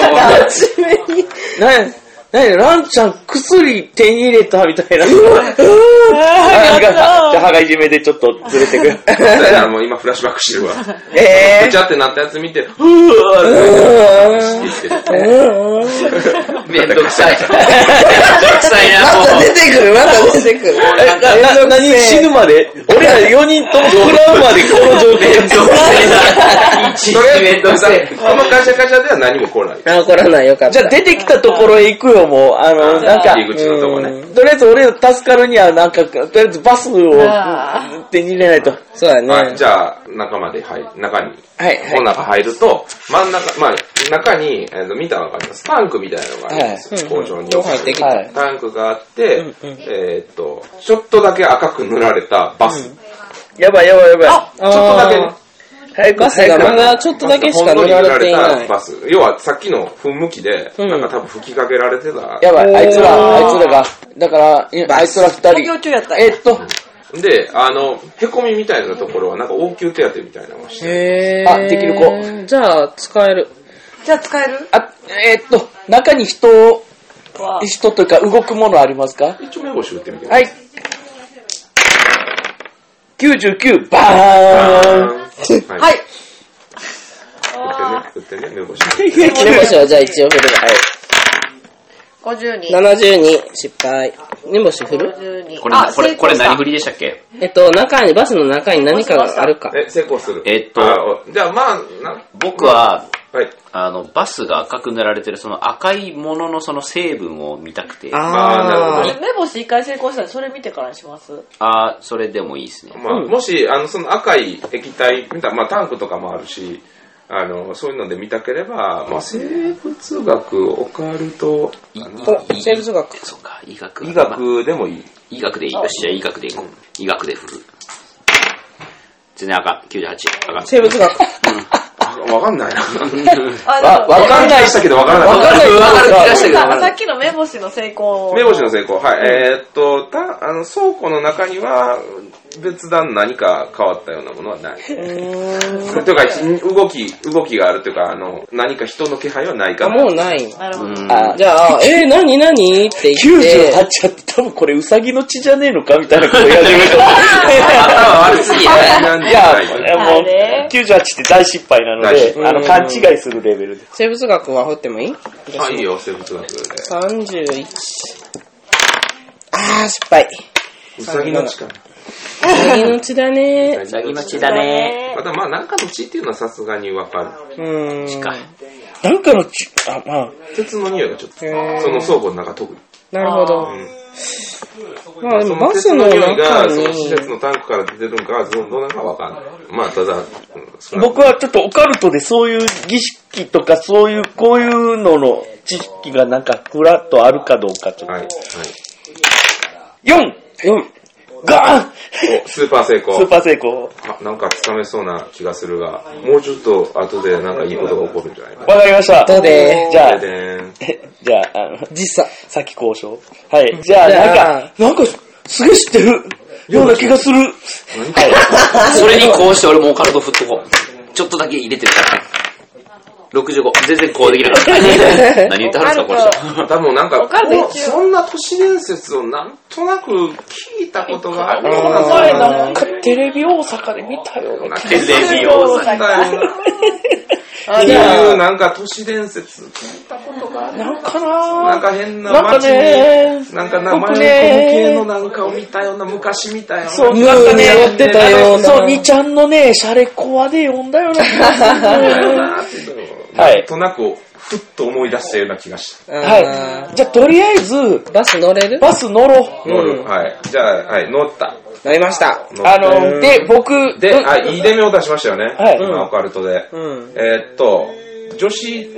S5: 真面目に。
S2: なんなんや、ランちゃん薬手に入れたみたい な。あ歯が、じゃあ歯がいじめでちょっとずれてくる。
S8: だからもう今フラッシュバックしてるわ。
S2: え
S8: ぐちゃってなったやつ見て、ふーって言ってる。
S6: めんどくさい。めんどくさい
S5: ま
S6: な、
S5: た
S6: も
S5: 出てくる、また出てくる。
S2: えな、な、何死ぬまで俺ら4人とも 食らうまでこの状
S6: う。めんどくさいな。一
S8: とりあえ
S6: 時
S8: ず
S6: めんどくさい。
S8: あんまガシャガシャでは何も来ない。
S5: あ、怒らない、よか っ
S2: じ
S5: た。
S2: ゃあ出てきたところへ行くよ、もう。あの、なんか、
S8: 入り口のとこね。
S2: とりあえず俺ら助かるには、なんか、とりあえずバスを
S4: あ
S2: 手に入れないと。
S5: そうだね。
S8: はい、じゃあ、中まで入、中に、
S2: はいはい
S8: この中入ると、真ん中、まあ、中に、えーと見たのわかります。タンクみたいなのがあるんですよ、工場に。
S5: よう入ってきた。
S2: はい
S8: タンクがあって、えーっと、ちょっとだけ赤く塗られたバス。ち
S2: やばいやばいやばい。
S8: ょっとだけね、
S2: 早く
S5: バスが
S2: 早く。
S5: まだちょっとだけしか塗られてい
S8: ほんのり塗ら
S5: な
S8: れ
S5: い
S8: た。バス。要はさっきの噴霧器で、
S5: ん
S8: なんか多分吹きかけられてた。
S2: やばい、あいつら、あいつらが。だから、いあいつら二
S4: 作業
S2: 人。
S4: 中やった。
S2: えっと、
S8: で、あの、へこみみたいなところは、なんか応急手当みたいなのをして、
S5: へ
S2: あできる子。
S5: じゃあ、使える。
S4: じゃあ使える
S2: あ、えっと、中に人を、
S4: わ
S2: 人というか動くものありますか
S8: 一応目星打ってみてくだ さ
S2: はい。99、バーン
S8: い。は
S4: はい。。
S8: 打ってね、打ってね、目星。
S5: 目星はじゃあ一応振るわ。
S4: 52。
S5: 72、失敗。目星振る
S4: 52。
S6: これ、
S4: あ
S6: これ、これ
S4: 成功した
S6: 何振りでしたっけ
S5: えっと、中に、バスの中に何かがあるか。
S8: え、成功する。
S6: えっと
S8: あおじゃあまあ、な、
S6: 僕は、
S8: はい。
S6: あの、バスが赤く塗られてる、その赤いもののその成分を見たくて、あ
S8: あーなるほどね
S4: え目星一回成功したらそれ見てからにします
S6: あー、それでもいいですね。
S8: まあ、もし、あの、その赤い液体、みたいなまあ、タンクとかもあるし、あの、そういうので見たければ、まあ、生物学、オカルト、
S6: いい
S5: お、
S6: い
S5: 生物学。
S6: そうか、医学。
S8: 医学でもいい。
S6: 医学でいい。よし、じゃあ医学でいこう。医学で振る。全然赤、98。赤。
S5: 生 物学。
S8: あわかんないな。
S4: あ、
S2: わ、わ
S8: わ
S2: か
S8: か
S2: ん
S8: ん
S2: な
S8: ないいしたけどわからない。
S2: わかんない
S6: わかる気がしてる
S4: ささっきの目星の成功
S8: 目星の成功。はい。えーっと、た、あの、倉庫の中には、別段何か変わったようなものはない。というか、動き、動きがあるというか、あの、何か人の気配はないか
S5: あ、
S8: ら。
S5: もうない。
S4: なるほど。
S2: あ
S5: じゃあ、えー、何何って言っ て。
S2: 98やって多分これウサギの血じゃねえのかみたいなことやってる。
S6: 頭悪すぎや。
S2: まあ、
S8: ない
S2: えもう
S4: あれ、
S2: 98って大失敗なの
S8: 大
S2: で
S8: 失、
S2: あの、勘違いするレベルで。
S5: 生物学は掘ってもいい
S8: はい、いいよ、生物学で。
S5: ?31。あー、失敗。
S8: うさぎの力。
S5: 右の血だね。
S6: うさぎの血だね。
S8: ま たまあ、なんかの血っていうのはさすがにわか
S5: う
S8: る。
S5: ーん。血か。なんかの血、あ、まあ。
S8: 鉄の匂いがちょっと。そ
S5: へー
S8: の倉庫の中特に。
S5: なるほど。まあで
S8: そ
S5: も
S8: の
S5: バス
S8: 鉄
S5: の
S8: の匂い
S5: 中
S8: が、その施設
S5: に、
S8: のタンクから出てるんか、どどうなんかわかんない。まあ、ただ、うんそれは
S2: 僕はちょっとオカルトでそういう儀式とか、そういう、こういうのの知識がなんか、ふらっとあるかどうかちょっと。
S8: はい。はい。
S2: 4! ガーン
S8: お、スーパー成功
S2: スー。パー成功。わ
S8: あなんかつかめそうな気がするが、もうちょっと後でなんかいいことが起こるんじゃないかな。
S2: かりました。
S5: どうで
S2: じゃあ
S8: で、ーん
S2: じゃあ、あの、
S5: 時差。
S2: 先交渉。はい。じゃあ、なんか、なんか、すげえ知ってるような気がする。
S6: それにこうして俺もオカルト振っとこう。ちょっとだけ入れてるから。65。全然こうできなかった。何言ってはるんですか、この人。
S8: 多分なんか、
S4: わかる
S8: こうそんな都市伝説をなんとなく聞いたことがあるような
S5: 前
S8: なんか
S5: テレビ大阪で見たよ。
S6: 全然
S8: よ
S6: よ。
S8: うな
S5: あ、
S8: って
S5: じゃ
S8: い
S5: あ
S8: う、なんか都市伝説聞いたことがある。
S5: なんかな
S8: なんか変な
S5: なんか
S8: 街
S5: ね
S8: に、なんか名前の
S5: 僕
S8: この系
S5: ね
S8: のなんかを見たような、昔見たような。
S5: そう、なんかね、やってたような。
S2: そう、にちゃんのね、シャレコアで読んだ よな。
S8: はい。なんとなく、ふっと思い出したような気がした。
S5: は
S2: はい。じゃあ、とりあえず、
S5: い。バス乗れる
S2: バス乗ろう。
S8: 乗るはい。じゃあ、はい、乗った。
S5: 乗りました。
S8: 乗った
S2: あの、で、僕、
S8: で、あ、いい出目を出しましたよね。
S2: はい
S8: 今、オカルトで。
S5: うん。
S8: えーっと、女子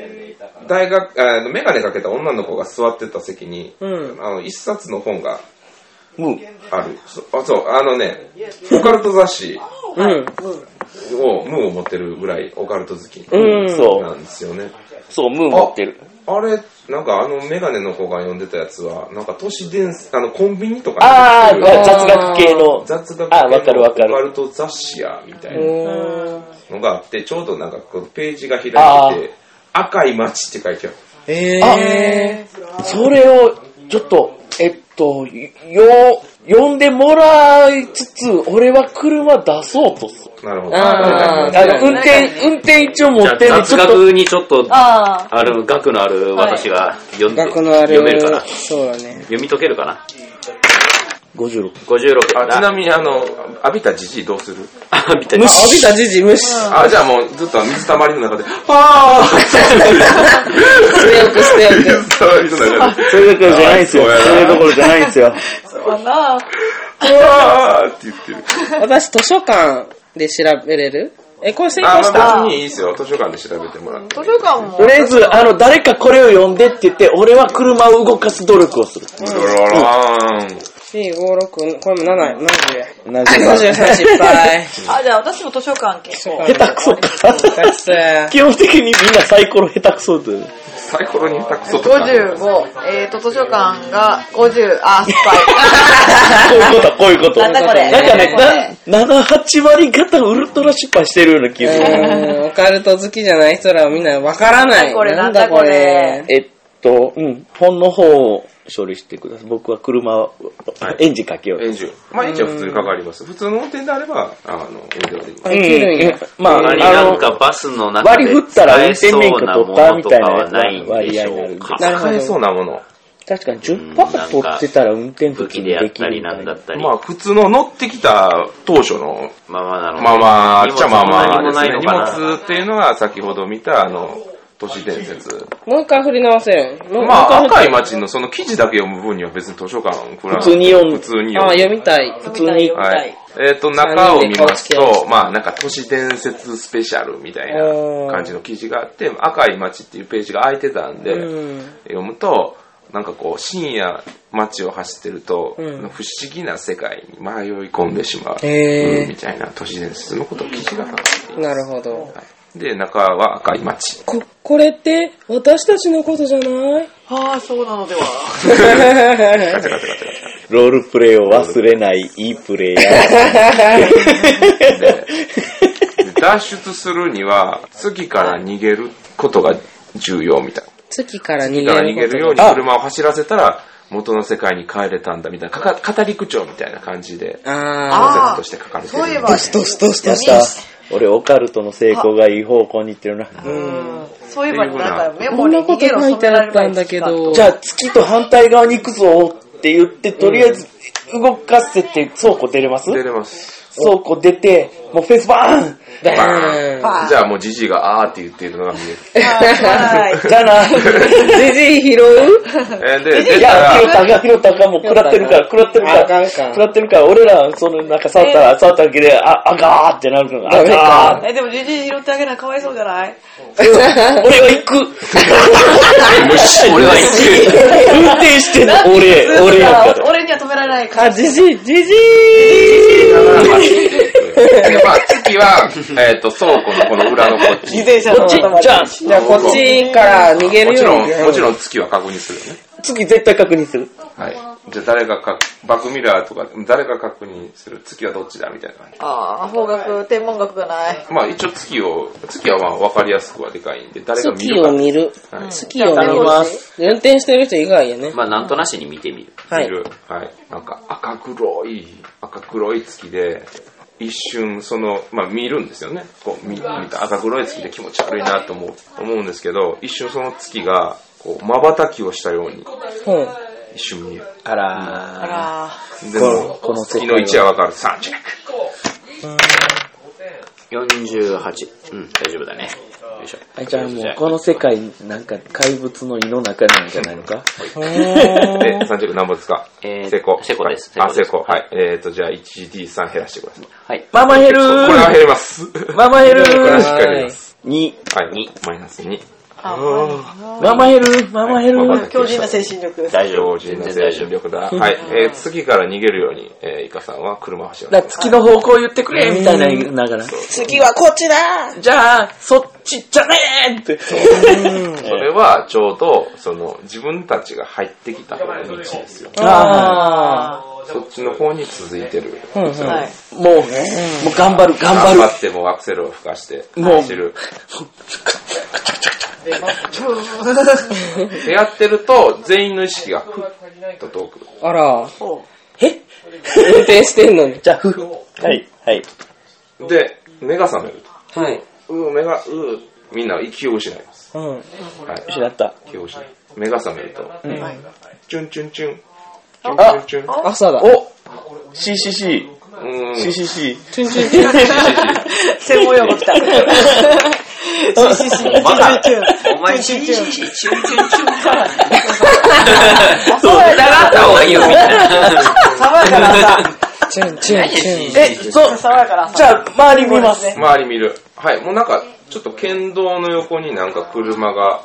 S8: 大学、えー、メガネかけた女の子が座ってた席に、
S5: うん
S8: あの、一冊の本が
S2: うん
S8: ある。そあそう、あのね、オカルト雑誌
S5: うん。
S8: を、ムーを持ってるぐらいオカルト好き
S5: うん。
S2: そう、
S8: なんですよね。
S2: そう、ムー持ってる。
S8: あれ、なんかあのメガネの子が読んでたやつは、なんか都市伝説、あの、コンビニと
S2: あ
S8: かに
S2: ー、
S8: 売ってる
S2: 雑学系の。
S8: 雑学
S2: あーわか
S8: 系
S2: る
S8: のオ
S2: わ
S8: カ
S2: かる
S8: ルト雑誌や、みたいな。
S5: お
S8: のがあって、ちょうどなんかこのページが開い
S2: あ
S8: てて、赤い街って書いてある。
S5: え
S2: あ
S5: え
S2: それを、ちょっと、えっと、よ、呼んでもらいつつ、俺は車出そうとする。
S8: なるほど。
S5: あー
S2: あの、運転、運転一応持
S6: じゃ
S2: っ
S6: あ
S2: てるんで
S6: 雑
S2: ちょっと、
S6: 学にちょっと、
S4: あ
S6: ある、学のある私が読んで、
S5: 学のある
S6: 読めるかな。
S5: そうだね。
S6: 読み解けるかな。
S2: 56。
S6: 56
S8: あ
S6: か
S8: ちな
S6: な。
S8: みにあの、浴びたじじいどうする
S6: あ、みたいな
S5: 無。視。浴びたじじ無視。
S8: あ、じゃあもうずっと水たまりの中で、 あ
S5: 捨てよく捨てよ
S8: ー
S5: く。
S8: 水たまりの中で、
S2: それどころじゃないんですよ。
S8: そうやな
S2: それどころじゃないんですよ。
S4: あ、そうかな。
S8: あーって言ってる。
S5: 私、図書館で調べれるえ、これ成
S8: あ
S5: 功
S8: ー、
S5: した
S8: まあ別にいいですよ。図書館で調べてもらって。
S4: 図書館 も
S2: とりあえず、あの、誰かこれを読んでって言って、俺は車を動かす努力をする。
S8: ドロローン。
S5: ?4、5、6、これも7、70や。
S2: なぜ
S5: 73失敗。
S4: あ、じゃあ私も図書館結構。
S2: 下手くそ
S5: 下手く
S2: か。
S5: そや。
S2: 基本的にみんなサイコロ下手く そで。
S8: サイコロに下手くそとか。
S4: 55。えっと、図書館が50。あ、失敗。
S2: こういうこと、こういうこと。
S4: なんだこれ
S2: なんかね、
S4: なん
S2: な7、8割方ウルトラ失敗してるような気がする。
S5: うんオカルト好きじゃない人らはみんなわからない。
S4: なんだこれ。
S2: えっと、うん、本の方を処理してください。僕は車を、エンジンかけよう。
S8: エンジン。まあ一応普通にかかります。普通の運転であれば、あの、運転はできま
S5: あいけるんや。
S2: まあ、
S6: 何
S2: あ
S6: なん
S2: の、
S6: かバスの中
S2: 割
S6: で
S2: り振ったら運
S6: え
S2: 転
S6: そう
S2: 免許取ったみたいなやつ
S6: ないん
S2: は割合
S6: でし
S2: にな
S6: ょ
S2: る
S6: うん
S2: で。
S6: か。
S5: なる
S8: す。
S5: ほ
S8: 買えそ
S5: ど。
S8: うなもの。
S2: 確かに10%取ってたら運転普
S6: 武
S2: 通
S6: 器
S2: に
S6: でや
S2: で
S6: っ
S2: き
S6: た
S2: る
S6: り
S2: みた
S6: なん
S2: い
S6: だ
S2: な。
S6: ったり。
S8: まあ普通の乗ってきた当初の
S6: まあまあなの
S8: まあまあ、
S6: 荷
S8: っ
S6: 物
S8: ちゃまあまあ
S6: も
S8: で
S6: な
S8: す
S6: い
S8: ね。
S6: の
S8: 荷
S6: かな
S8: 物っていうのが先ほど見た、あの、都市伝説。
S5: もう一回振り直せるん。もう
S8: まあ、
S5: もう一回
S8: 赤い街のその記事だけ読む分には別に図書館くら
S2: 普通に読む
S8: 普通に
S5: あ、
S8: 読
S5: 読
S8: む。
S5: みたい。普通に。
S8: はい。えっ、と、中を見ます
S5: 三人で顔つ
S8: と、まあ、なんか都市伝説スペシャルみたいな感じの記事があって、赤い街っていうページが空いてたんで、
S5: うん。
S8: 読むと、なんかこう、深夜街を走ってると、
S5: ん
S8: 不思議な世界に迷い込んでしまう、
S5: へー
S8: みたいな都市伝説のことを記事が書かれていま
S5: なるほど。
S8: す。で、中は赤い街。
S5: こ、これって、私たちのことじゃない
S4: ああ、そうなのでは。
S2: ロールプレイを忘れないいいプレイヤー。
S8: で脱出するには、月から逃げることが重要みたいな。
S5: 月から逃
S8: 月から逃
S5: げ
S8: げ
S5: ること
S8: るように車を走らせたら、元の世界に帰れたんだみたいな、かか語り口調みたいな感じで、
S2: あ
S8: 小
S4: ああ
S8: 説として書かれて
S4: そういえ
S8: る。
S4: ば、
S2: ー。どしどしとした。
S7: 俺、オカルトの成功がいい方向に行ってるな。
S4: うんそういえば、なんかメ
S5: こ
S4: モ
S5: ん
S4: に
S5: なこ
S4: 逃
S5: と
S4: げろ
S5: 書いて
S4: 染められる
S5: あっ
S4: ま
S5: た
S4: で
S5: んだけど。
S2: じゃあ、月と反対側に行くぞって言って、とりあえず、動かせって倉庫出れます
S8: 出れます。
S2: 倉庫出て、もうフェイスバーン
S5: バーン
S4: あー
S8: じゃあもうジジイがあーって言っているのが見える。
S4: はい
S2: じゃあな。
S5: ジジイ拾う
S8: えーで、
S2: い
S8: 出た
S2: や、
S8: ら
S2: 拾、ったあかん、拾ったらあかん、もう食らってるから、食らってるか、
S5: あからんか
S2: 食らってるから、俺ら、その、なんか触ったら、触っただけで、あ、あかーってなるのが、あ
S5: ダメか
S2: かーって
S4: え、でも、ジジイ拾ってあげなかわいそうじゃない
S2: 俺は行く
S6: 俺は行く。
S2: 運転してんの、俺、俺やから。
S4: 俺には止められないから。
S5: あ、ジジイ、ジジイ
S8: でまあ月は、えっと、倉庫のこの裏のこっち。
S4: 転車
S2: こっち、じゃあ、
S5: じゃあこっちから逃げ
S8: も
S5: る
S8: ち
S5: よう
S8: ろ
S5: に。
S8: ん、もちろん月は確認するよね。
S2: 次絶対確認する。
S8: はい。じゃあ誰がか、バックミラーとか、誰が確認する月はどっちだみたいな感じ。
S4: ああ、方角、天文学がない。
S8: まあ一応月を、月はまあ分かりやすくはでかいんで、誰が見
S5: 月
S8: るか
S5: を。見る。
S8: はい
S5: 月を見ます。運転してる人以外やね。
S6: まあ、なんとなしに見てみる。
S5: はい
S8: い。る。はい。なんか赤黒い、赤黒い月で、一瞬その、まあ見るんですよね。こう見見た赤黒い月で気持ち悪いなと思う思うんですけど、一瞬その月が、こう、瞬きをしたように、
S5: うん。
S8: 一瞬見える。
S7: あら
S4: あら
S8: でも、
S7: この
S8: 月の位置はわかる。サンチェッ
S6: 48。うん、大丈夫だね。よいしょ。
S7: あじゃあもう、この世界、なんか怪物の胃の中なんじゃないのか
S8: ク。え、サンチェック何本ですか
S6: えー
S8: 成功。
S6: 成功です
S8: あ、成
S6: 成
S8: 功。はい。えっと、じゃあ 1D3 減らしてください。
S6: はい。
S7: ママヘル
S8: これは減ります。
S7: ママヘル
S8: これはしっかり減ります。
S7: !2。
S8: はい、2。マイナス2。
S7: ママヘルママヘル
S8: はい
S4: 強靭な精神力。
S6: 大丈
S8: 強
S6: 夫。
S8: 靭
S6: 全
S8: な
S6: 然
S8: 精
S6: 大丈
S8: 神
S6: 夫。
S8: 力だ。はい。えー、次から逃げるように、えー、イカさんは車を走ら
S7: だ
S8: せ
S7: から
S8: て
S7: 月の方向言ってくれみたいな言いながら。
S4: 次はこっちだ
S7: じゃあ、そっちじゃねえって。
S8: それは、ちょうど、その、自分たちが入ってきた方の道ですよ。
S7: あ
S8: そっちの方に続いてる。
S4: はい。
S7: あ、もう、もう頑張る、頑張
S8: 頑
S7: る。
S8: 張って、もうアクセルを吹かして、
S7: もう
S8: 走る。 でやってると、全員の意識が、ふっと遠く。
S5: あら。え運転してんのに。じゃあ、ふ。
S7: はい、はい。
S8: で、目が覚めると。
S5: はい。
S8: うー、目が、うー、みんな息を失います。
S5: うん。
S8: はい。
S7: 失った。
S8: 気を失う目が覚めると、チュンチュンチュン。チュンチュンチュン。
S5: 朝だ。
S7: お !CCC!
S8: うーん。
S7: CCC!
S4: 専門用語来た。
S6: まだ、お前、チュンチュンチュンチュンチュンチュンか。そうだなった方がいいよ、みたいな。
S4: 爽やかなさ。
S5: チュンチュンチュン。
S2: え、そう、
S4: 爽やかな
S2: じ
S4: さ。
S2: ゃあ、周り見ます。
S8: 周り見る。はい。もうなんか、ちょっと県道の横になんか車が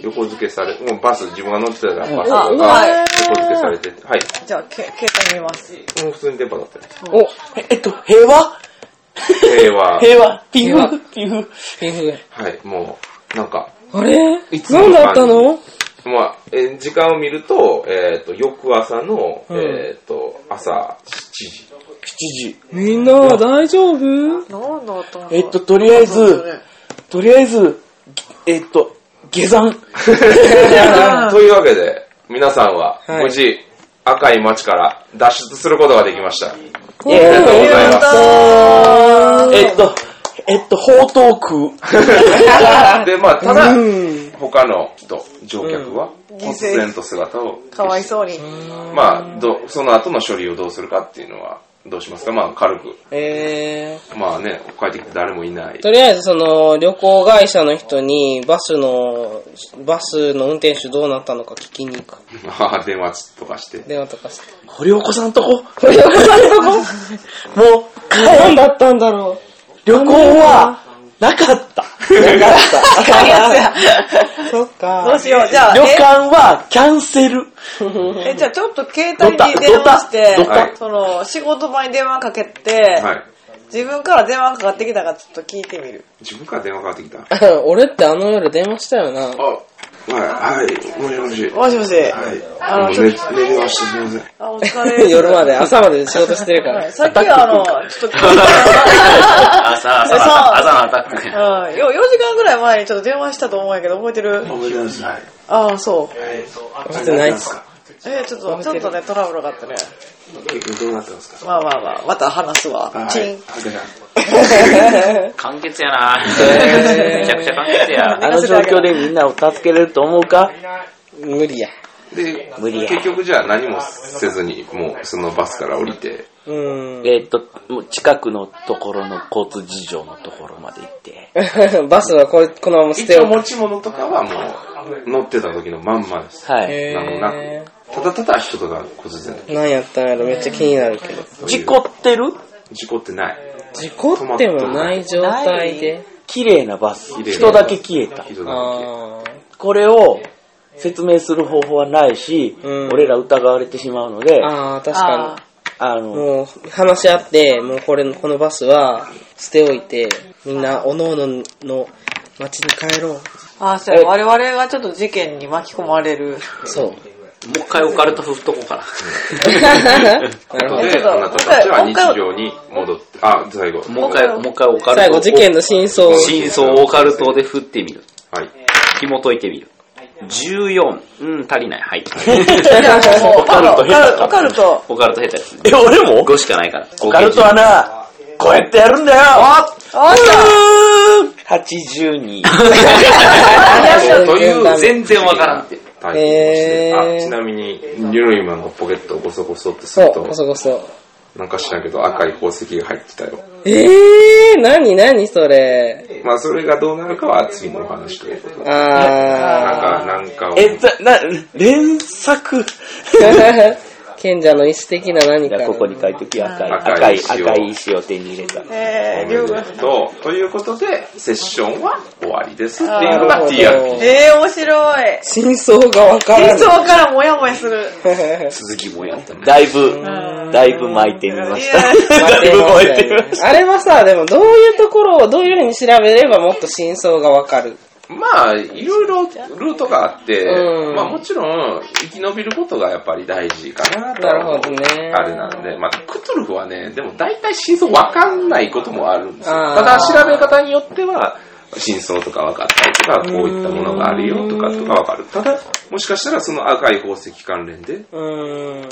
S8: 横付けされ、もうバス、自分が乗ってたらバス
S4: あ
S8: とか
S4: はい
S8: 横付けされてて、はい。
S4: じゃあ、け携帯見ます。
S8: もう普通に電波だったり。
S5: お、
S2: えっと、平和
S8: 平和。
S2: 平和ピ
S5: 平和
S2: フピフ
S5: ピンフが。
S8: はい。もう、なんか、
S5: あれ
S8: いつも
S5: 何だったの
S8: まあ、えー時間を見ると、えっ、と、翌朝の、えっ、と、朝7時。
S5: みんなは大丈夫
S4: なんだったの
S2: えっと、とりあえず、とりあえず、えっと、下山。
S8: というわけで、皆さんは、無事、赤い街から脱出することができました。
S5: お
S8: ありがとう
S5: ー
S8: ございます。
S2: えっと、えっと、宝東区。
S8: で、まあ、ただ、他の人、乗客は、突然と姿を消して、
S4: かわいそうに。
S8: まあ、どその後の処理をどうするかっていうのは、どうしますかまあ、軽く。
S5: え
S8: まあね、帰ってきて誰もいない
S5: ー、。とりあえずその旅行会社の人にバスの、バスの運転手どうなったのか聞きに行く。
S8: まあ、電話とかして。
S5: 電話とかして。
S2: 堀岡さんとこ。
S5: これよくされ たの
S2: もう、
S5: 何だったんだろ
S2: 旅行は、なかった。なかった。
S5: う。そっ
S4: どう
S5: か。
S4: しよう。じゃあ、
S2: 旅館はキャンセル。
S4: ええ、じゃあちょっと携帯に電話して
S2: どった
S8: どった、
S4: その、仕事場に電話かけて、
S8: はい。
S4: 自分から電話かかってきたからちょっと聞いてみる。
S8: 自分から電話かかってきた。あ、
S5: 俺ってあの夜電話したよな。
S8: はい、はい、もしもし。
S4: もしもし。
S8: はい。
S4: あの
S8: もう
S4: ちょっ
S8: 寝寝てました、すみません。
S4: あ、お疲 れ。
S5: 夜まで、朝まで仕事してるか
S4: は
S5: ら
S4: い。さっきはあの、ちょっと聞い
S6: 朝、朝のアタ朝のアタック。
S4: た、うん、よ4時間ぐらい前にちょっと電話したと思うんやけど、覚えてる
S8: ごめんなさい。
S4: ああ、そ
S5: 覚えてないっす。
S4: え、ちょっと、ちょっとね、トラブルがあってね。
S1: 結局どうなったんですか
S4: まあまあまあ、また話すわ。チン。
S6: 完結やなめちゃくちゃ完結や。
S2: あの状況でみんなを助けれると思うか無理や。
S8: で、
S2: 無理や
S8: 結局じゃあ何もせずに、もうそのバスから降りて、
S5: うん。
S2: えーっと、もう近くのところの交通事情のところまで行って。
S5: バスはこれこのまま捨て
S8: 一
S5: よ
S8: 応
S5: う。
S8: 持ち物とかはもう乗ってた時のまんまです。
S2: はい。
S8: なのな
S5: え
S8: く、ただただ人とかこず然
S5: ー、なんやったんやろめっちゃ気になるけど。
S2: 事故ってる
S8: 事故ってない。
S5: 事故ってもない状態で。
S2: 綺麗なバス。
S8: 綺麗な
S2: 人だけ消えた。
S8: 人だ
S5: あ
S2: これを説明する方法はないし、
S5: うん
S2: 俺ら疑われてしまうので
S5: ー、あー、確か
S2: あ
S5: に。
S2: の、
S5: もう、話し合って、もうこれの、このバスは捨ておいて、みんな、おのおのの街に帰ろう。
S4: あ、そうや、我々がちょっと事件に巻き込まれる。
S5: そう。
S6: もう一回オカルト振っとこうかな。
S5: なるほ
S8: け。
S5: ど。
S8: で、あなたたちは日常に戻って、あ、最後。
S6: もう一回、もう一回オカルト。
S5: 最後、事件の真相を。
S6: 真相をオカルトで振ってみる。
S8: はい。
S6: 紐解いてみる。14。うん、足りない。はい。
S4: いや、もう、
S6: オカルト下手だった
S4: オカルト。
S6: オカルト下手ですね。
S2: え、俺も
S6: 5しかないから。
S2: オカルトはな、こうやってやるんだよ
S4: あ
S2: 82。
S8: という
S6: 全
S5: 全
S6: 然わからんって。
S8: 体験をして、
S5: へー
S8: あちなみにニュルイマンのポケットをゴソゴソってす
S5: そ
S8: る
S5: う、
S8: と
S5: こそこそ。
S8: なんか知らんけど赤い宝石が入ってたよ
S5: えー、なになにそれ。
S8: まあそれがどうなるかは次のお話ということでなん
S5: あ
S8: かなんかを
S2: え、ざな、連作。
S5: ー。賢者の石的な何か。
S2: ここに書いとき赤い、
S8: 赤
S2: 赤い、
S8: い石を
S2: 赤い石を手に入れた。
S4: ーえー、
S8: おめ
S4: りょ
S8: で
S4: うが。
S8: とうということでセッションは終わりですっていうの
S5: あー
S8: が TRP
S4: えー、面白い。
S5: 真相がわから
S4: 真
S5: ない。
S4: 相からモヤモヤする。
S6: 続きもやったね。
S2: だいぶ、だいぶ巻いてみました。
S5: 待っ
S2: だい
S5: て
S2: ぶ
S5: ま
S2: 巻
S5: し
S2: い
S5: た
S2: てみま
S5: よ
S2: し
S5: ねあれはさ、でもどういうところをどういうふうに調べればもっと真相がわかる。
S8: まあいろいろルートがあって
S5: うん
S8: まあもちろん生き延びることがやっぱり大事かなと
S5: なる
S8: は
S5: ほ
S8: 思
S5: ど
S8: う
S5: ね。
S8: あれなんで、まあ、クトゥルフはね、でも大体真相わかんないこともあるんですよ。
S5: あー
S8: ただ調べ方によっては、真相とか分かったりとか、こういったものがあるよとかとか分かる。ただ、もしかしたらその赤い宝石関連で、
S5: うーん。
S8: さっ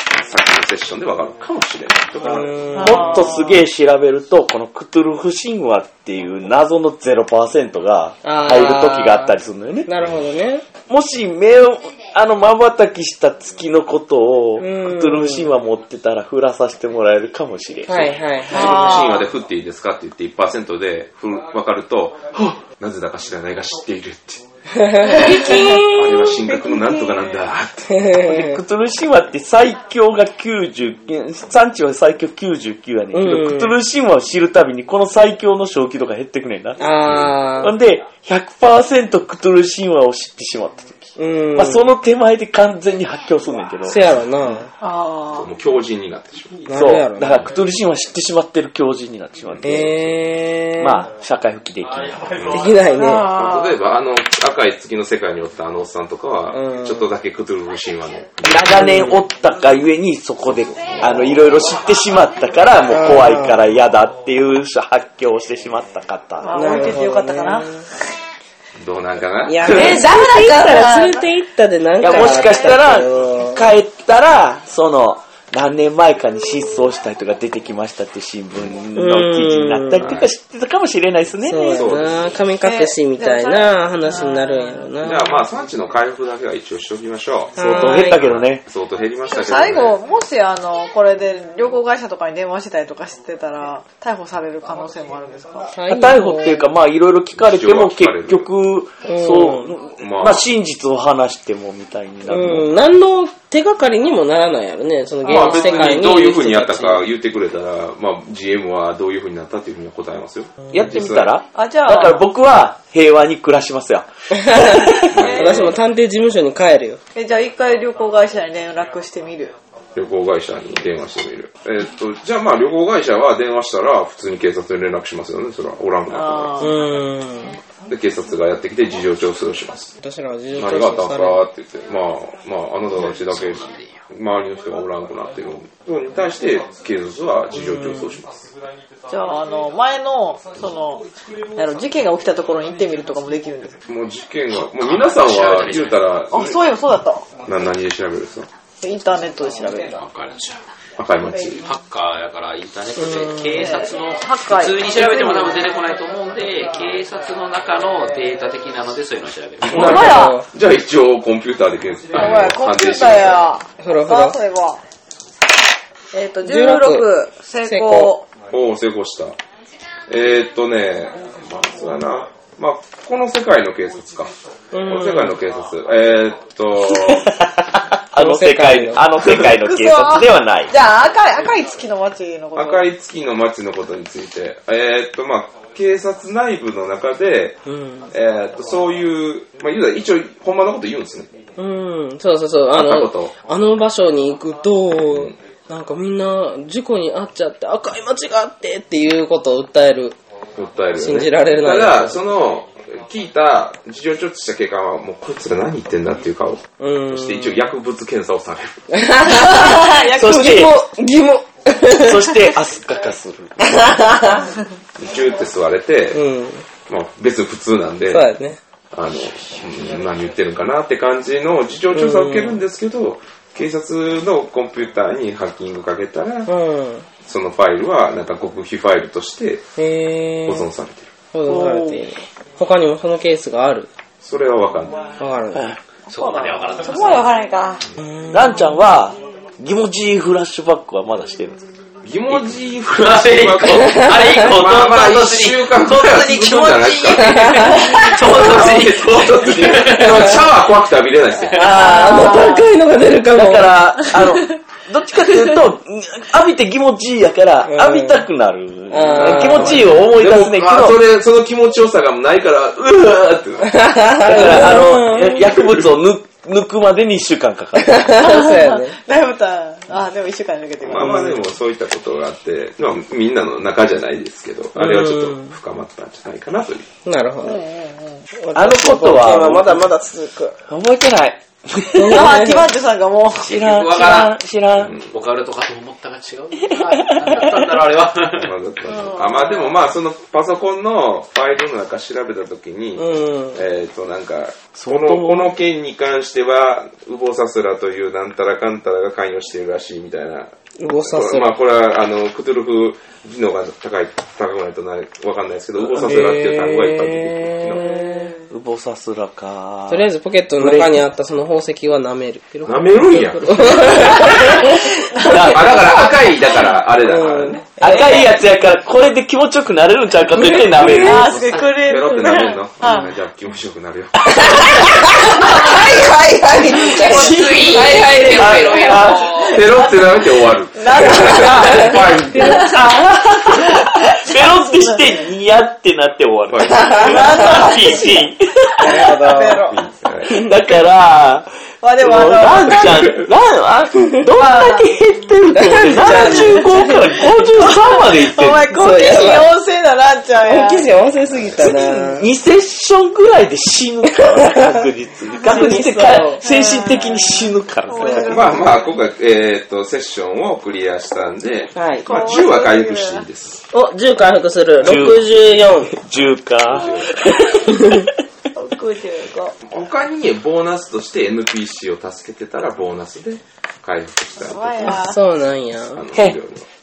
S8: きのセッションで分かるかもしれないとか、
S5: う
S2: た。もっとすげえ調べると、このクトゥルフ神話っていう謎の0%が入る時があったりするのよね
S5: ーん。なるほどね。
S2: もし目を、あの、瞬きした月のことを、ク
S5: うん
S2: トゥルフ神話持ってたら振らさせてもらえるかもしれん。
S5: はいはいはい。
S8: 神話で振っていいですかって言って1%で振る分かると、はっなぜだか知らないが知っているって。あれは神学のなんとかなんだって。
S2: で クトゥルフ神話って最強が99、産地は最強99やねんけど、
S5: うん
S2: クトゥルフ神話を知るたびにこの最強の正気度が減ってくねんな。
S5: あ
S2: ほ
S5: ー。
S2: んで、100%クトゥルフ神話を知ってしまった時。
S5: うん。
S2: まあ、その手前で完全に発狂すんねんけど。
S5: せやろな。
S4: あ
S8: もう狂人になってしまう。
S5: な
S2: そ
S5: るや
S2: う。
S5: ろ
S2: だ
S5: な
S2: か。ら、クトゥルフ神話知ってしまってる狂人になってしまって。
S5: えー。
S2: まあ、社会復帰できない。
S5: あ、できないね。
S8: 例えば、あの、赤い月の世界におったあのおっさんとか
S5: う
S8: は、
S5: ん
S8: ちょっとだけクトゥルフ神話の
S2: 長年おったがゆえに、そこで、あの、いろいろ知ってしまったから、もう怖いから嫌だっていう発狂をしてしまった
S4: あ。
S2: 方。
S4: 置いててよかったかな。
S8: どうなんかない
S5: や、ね、連れて行ったら連れて行ったでなん
S2: い
S5: か
S2: や、
S5: あったけど。
S2: もしかしたら、帰ったら、その、何年前かに失踪した人が出てきましたっていう新聞の記事になったりとか知ってたかもしれないですね。
S5: そうやな、神隠しみたいな話になるんやろな。
S8: じゃあまあ産地の回復だけは一応しておきましょ
S2: 相当減ったけどね。
S8: う。相当減りましたけど、ね。
S4: 最後、もしあの、これで旅行会社とかに電話してたりとかしてたら、逮捕される可能性もあるんですか
S2: 逮捕っていうか、まあ、いろいろ聞かれても
S8: 一応は聞かれる
S2: 結局、そう、
S8: まあ
S2: まあ、真実を話してもみたいになる。
S5: うん、何の手がかりにもならないやろね、その
S8: まあ
S5: 現
S8: 別
S5: 実世界
S8: に
S5: に。
S8: どういう風にやったか言ってくれたら、まあ GM はどういう風になったっていう風には答えますよ。
S2: やってみたら
S4: あ、じゃ
S2: だから
S4: あ、
S2: 僕は平和に暮らしますよ。
S5: 私も探偵事務所に帰るよ。
S4: えじゃあ一回旅行会社に連絡してみる。
S8: 旅行会社に電話してみる。えーっと、じゃあまあ旅行会社は電話したら普通に警察に連絡しますよね。それはおらんくなったか
S4: あ
S5: う
S4: ー
S5: ーん。
S8: ら。で、警察がやってきて事情聴取をします。
S5: 私らは事情
S8: 何
S5: 聴
S8: があ
S5: 取
S8: ったん
S5: さ
S8: す
S5: れ
S8: かって言って、まあ、まあ、あなたたちだけ周りの人がおらんくなってるのに対して警察は事情聴取をします。
S4: じゃあ、あの、前の、その、なんやろ事件が起きたところに行ってみるとかもできるんですか
S8: もう事件が、もう皆さんは言うたら、
S4: あ、そういえばそうだった。
S8: な何で調べるんですか
S4: インターネットで調べる。
S6: わかるじゃん。
S8: 赤い町。
S6: ハッカーだからインターネットで警察の
S4: ハッカー
S6: 普通に調べても多分出てこないと思うんで警察の中のデータ的なのでそういうのを調べる
S4: お前や
S8: じゃあ一応コンピューターで検索。
S4: お前やコンピューターや。
S5: ほらほ
S4: さあ、
S5: ら
S4: そ。れは。えっと、
S5: 16
S4: 16、成功。
S8: おお、成功した。えー、っとね、まあ、そうだな。まあ、この世界の警察か。この世界の警察。えー、っ と、
S2: あの世界、あの世界の警察ではない
S4: じ。ゃあ、赤い、赤い月の街のこと。
S8: 赤い月の街のことについて、えー、っと、まあ、警察内部の中で、えー、っと、そういう、まあ、言うたら一応、ほんまのこと言うんですね。
S5: うん、そうそうそう。あ
S8: あったこ
S5: の、あの場所に行くと、なんかみんな事故に遭っちゃって、赤い町があってっていうことを訴える。
S8: 訴える、ね。
S5: 信じられるな
S8: ただ、その、聞いた、事情聴取した警官は、もう、こいつら何言ってんだっていう顔。
S5: う
S8: そ
S5: ん。
S8: して一応薬物検査をされる。
S2: そして、
S5: 疑問。
S2: そして、アスカ化する。
S8: ジューって吸われて、
S5: うん。
S8: まあ別に普通なんで、
S5: そうやね。
S8: あの、うん何言ってるんかなって感じの事情調査を受けるんですけど、警察のコンピューターにハッキングかけたら、
S5: うん。
S8: そのファイルはなんか極秘ファイルとして
S5: へ
S8: 保
S5: ー。
S8: 存されてる。
S5: 保存されている。他にもそのケースがある。
S8: それはわかんない。
S5: わかるね。
S6: そこまでわからない
S4: そこまでわからないか。
S2: ランちゃんは、ギモジーフラッシュバックはまだしてるんですか
S8: 疑問字フラ
S6: あ
S8: ッシ
S6: れ以降
S8: ュバック。
S6: あれ以降
S8: まあまあ
S6: 唐突
S8: 一
S6: に
S8: 週間
S6: 唐
S8: ぐらいは
S6: 突に気持ち いい唐突に
S8: でもシャワー怖くて浴びれないですよ。
S5: あの高いのが出るかも。
S2: だから、あの、どっちかというと、浴びて気持ちいいやから、
S5: うん
S2: 浴びたくなる
S5: ん。
S2: 気持ちいいを思い出すね
S8: で
S2: んけ
S8: も、
S2: ど、だ
S8: まあ、そ
S2: か
S8: れ、その気持ちよさがないから、うわーって。
S2: ら、あの、薬物を抜抜くまでに1週間かかる。
S5: そうやね。
S4: だいぶた、あ、でも一週間抜けてく
S8: まあ
S4: る。
S8: まあでもそういったことがあって、まあみんなの中じゃないですけど、あれはちょっと深まったんじゃないかなという。
S5: なるほど。
S2: あのことは、
S5: だまだ続く。
S2: 覚えてない。
S4: あ、ティバンチュさんがもう、
S6: 結
S2: 知
S6: 局
S2: らん、
S6: わ
S2: 知
S6: から
S2: らん、知らん。
S6: んオカルトかと思ったが違う何だったんだろうあれは
S8: あまあでもまあそのパソコンのファイルの中調べたときに、
S5: うん。
S8: えっ、となんか、この、この件に関しては、ウボサスラというなんたらかんたらが関与しているらしいみたいな。
S5: うごさす
S8: まあ
S5: ら。
S8: これはあの、クトゥルフ技能が高い、高くないとなわかんないですけど、ウボサスラっていう単語がいっぱい出てくる。
S5: へー
S2: ウボサスラか。
S5: とりあえずポケットの中にあったその宝石は舐める。
S8: 舐めるん や。あ、だから赤い、だからあれだからね。
S2: 赤いやつやから、これで気持ちよくなれるんちゃうかと言って舐める。
S4: あー、すごい、く
S8: ペ
S4: れる。
S8: ロって舐めるの、
S4: は
S8: うんじゃあ気持ちよくなるよ。
S4: はいはい。
S6: はいはいでもいろいろ
S8: ペロって舐めて終わる。
S4: なるほ
S8: ファイン。
S2: ペロってして、ニヤってなって終わる。
S8: ファ
S2: ピンピ
S4: ど。ペロ。
S8: イン。
S2: ン。だから、
S4: まあでも、
S2: もう
S4: あ
S2: ランちゃん、ラン、あ、どんだけ減ってるって、75から53までいって
S4: の、お前、好奇心旺盛なランちゃんや。
S5: 生地合わせすぎたな
S2: る。2セッションぐらいで死ぬから、確実に。確実にか
S5: そ
S2: 精
S5: う
S2: 神的に死ぬから。
S8: まあまあ、今回、えーっと、セッションをクリアしたんで、
S5: はい。
S8: まあ、10は回復していいです。
S5: お、10回復する。64。
S2: 10か。
S4: 65。
S8: 他にボーナスとして NPC を助けてたら、ボーナスで回復し
S4: お
S8: たりとか
S4: 前や。
S5: そうなんや。
S8: あの、い
S2: へ
S8: ろい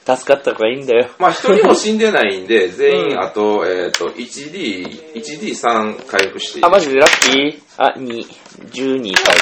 S8: ろ
S2: 助かった方がいいんだよ。
S8: まあ、一人も死んでないんで、全員、あと、えーっと、1D、1D3 回復していい
S2: あ、。マジでラッキーあ、2、12回。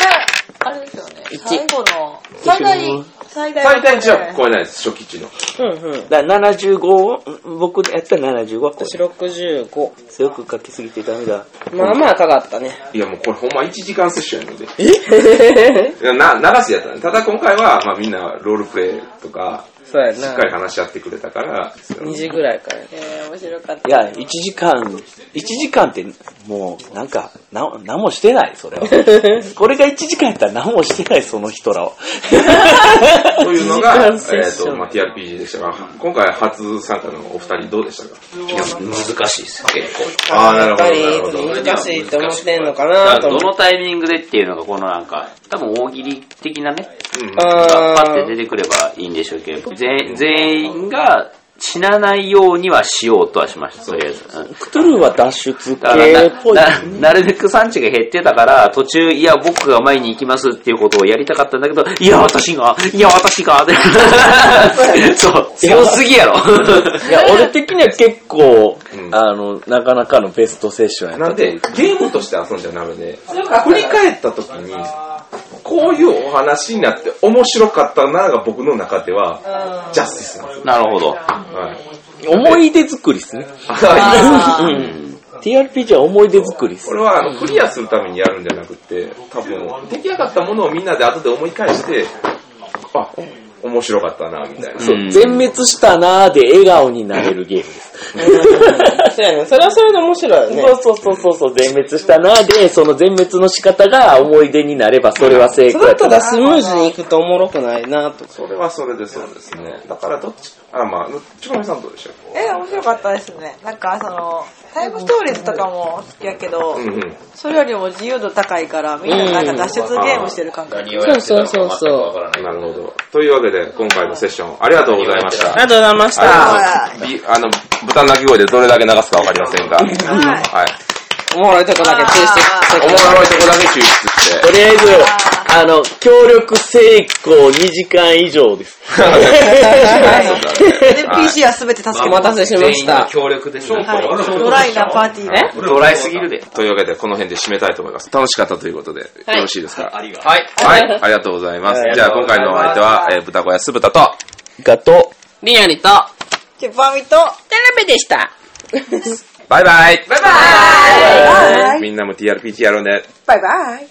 S4: あれですよね。最後の、最大、最大。
S8: 最大値は超えないです、初期値の。
S5: うんうん。
S2: だから75を、ん僕でやったら75はこ
S5: 私65。
S2: れ。強くかけすぎてダメだ。
S5: まあまあ高かったね。
S8: いやもうこれほんま1時間セッションやので。いやな、流すやったね。ただ今回は、まあみんなロールプレイとか、
S5: そうや
S8: しっかり
S5: な。
S8: 話し合ってくれたから、
S5: 2時ぐらいから。
S4: えー、面白かっ
S2: いや、1時間、1時間って、もう、なんか、な、何もしてない、それは。 これが1時間やったら何もしてない、その人 らを。
S8: というのが、えっ、
S5: 一時間セッション
S8: と、まあ TRPG でしたが、今回初参加のお二人どうでしたか
S6: 難しいです結構
S8: ああ、な
S5: や
S8: る
S5: っ
S8: ほ
S5: ぱ
S8: ど、
S5: り
S8: なるほど。
S5: 難しいって思ってんのかなと
S6: ど
S5: 思っ
S6: のタイミングでっていうのがこのなんか多分大喜利的なね
S8: うん
S5: て。
S6: パ
S5: あ
S6: ッて
S5: ー
S6: 出てくればいいんでしょうけど全全員が死なないようにはしようとはしました、とりあえず。うん
S2: クトゥルーは脱出系
S6: だから
S2: っぽい。
S6: なななるべく産地が減ってたから、途中、いや、僕が前に行きますっていうことをやりたかったんだけど、いや、私が、いや、私 が、でそう、強すぎやろ。
S2: いや、俺的には結構、あの、なかなかのベストセッションやった
S1: なんで、ゲームとして遊んじゃダメで、振り返った時に、こういうお話になって面白かったなが僕の中では、ジャスティスなんですよ。
S6: なるほど。
S1: はい。
S2: 思い出作りっすね。
S1: あいいです
S6: うん。
S2: TRPG は思い出作りっす
S1: こ。れはあのクリアするためにやるんじゃなくて、多分、出来上がったものをみんなで後で思い返して、あ、面白かったな、みたいな。
S6: そう
S2: 全滅したなーで笑顔になれるゲームです。
S5: そうやね。それはそれで面白いよね。
S2: そうそうそうそうそう、全滅したなーで、その全滅の仕方が思い出になれば、それは成
S5: そ
S2: 功
S5: れ
S2: や
S5: ただスムーズにいくとおもろくないなと。
S1: それはそれでそうですね。だからどっち、あ、まあ、ちこみさんどうでしょう
S4: え、面白かったですね。なんか、その、タイムストーリーズとかも好きやけど、
S1: うんうん。
S4: それよりも自由度高いから、みんななんか脱出ゲームしてる感覚。
S9: 何をやってたのか全くわからない。
S1: なるほど。というわけで、今回のセッション、ありがとうございました
S5: あ。りがとうございまし
S1: あ
S5: た。
S8: びあの、豚鳴き声でどれだけ流すかわかりませんが、はい。
S5: おもろいとこだけ提出して
S8: おもろいとこだけ抽出して。
S2: とりあえず、あの、協力成功2時間以上です。
S4: NPC は全て助け
S5: お待
S4: ま
S5: たせしま
S9: 全
S5: し
S9: 員の
S5: た。
S9: 協力ですね。
S4: す。ドライなパーティーで。
S6: ドライすぎるで。
S8: というわけで、この辺で締めたいと思います。楽しかったということで、よろしいですか
S9: はい。
S8: はい、ありがとうございます。じゃあ、今回のお相手は、えー豚小屋酢豚と、
S2: がと、
S5: リアリと、
S4: チェパミと、
S5: テレビでした。
S8: バイバイ
S4: バイバイ
S8: みんなも TRPG やろうね。
S4: バイバイ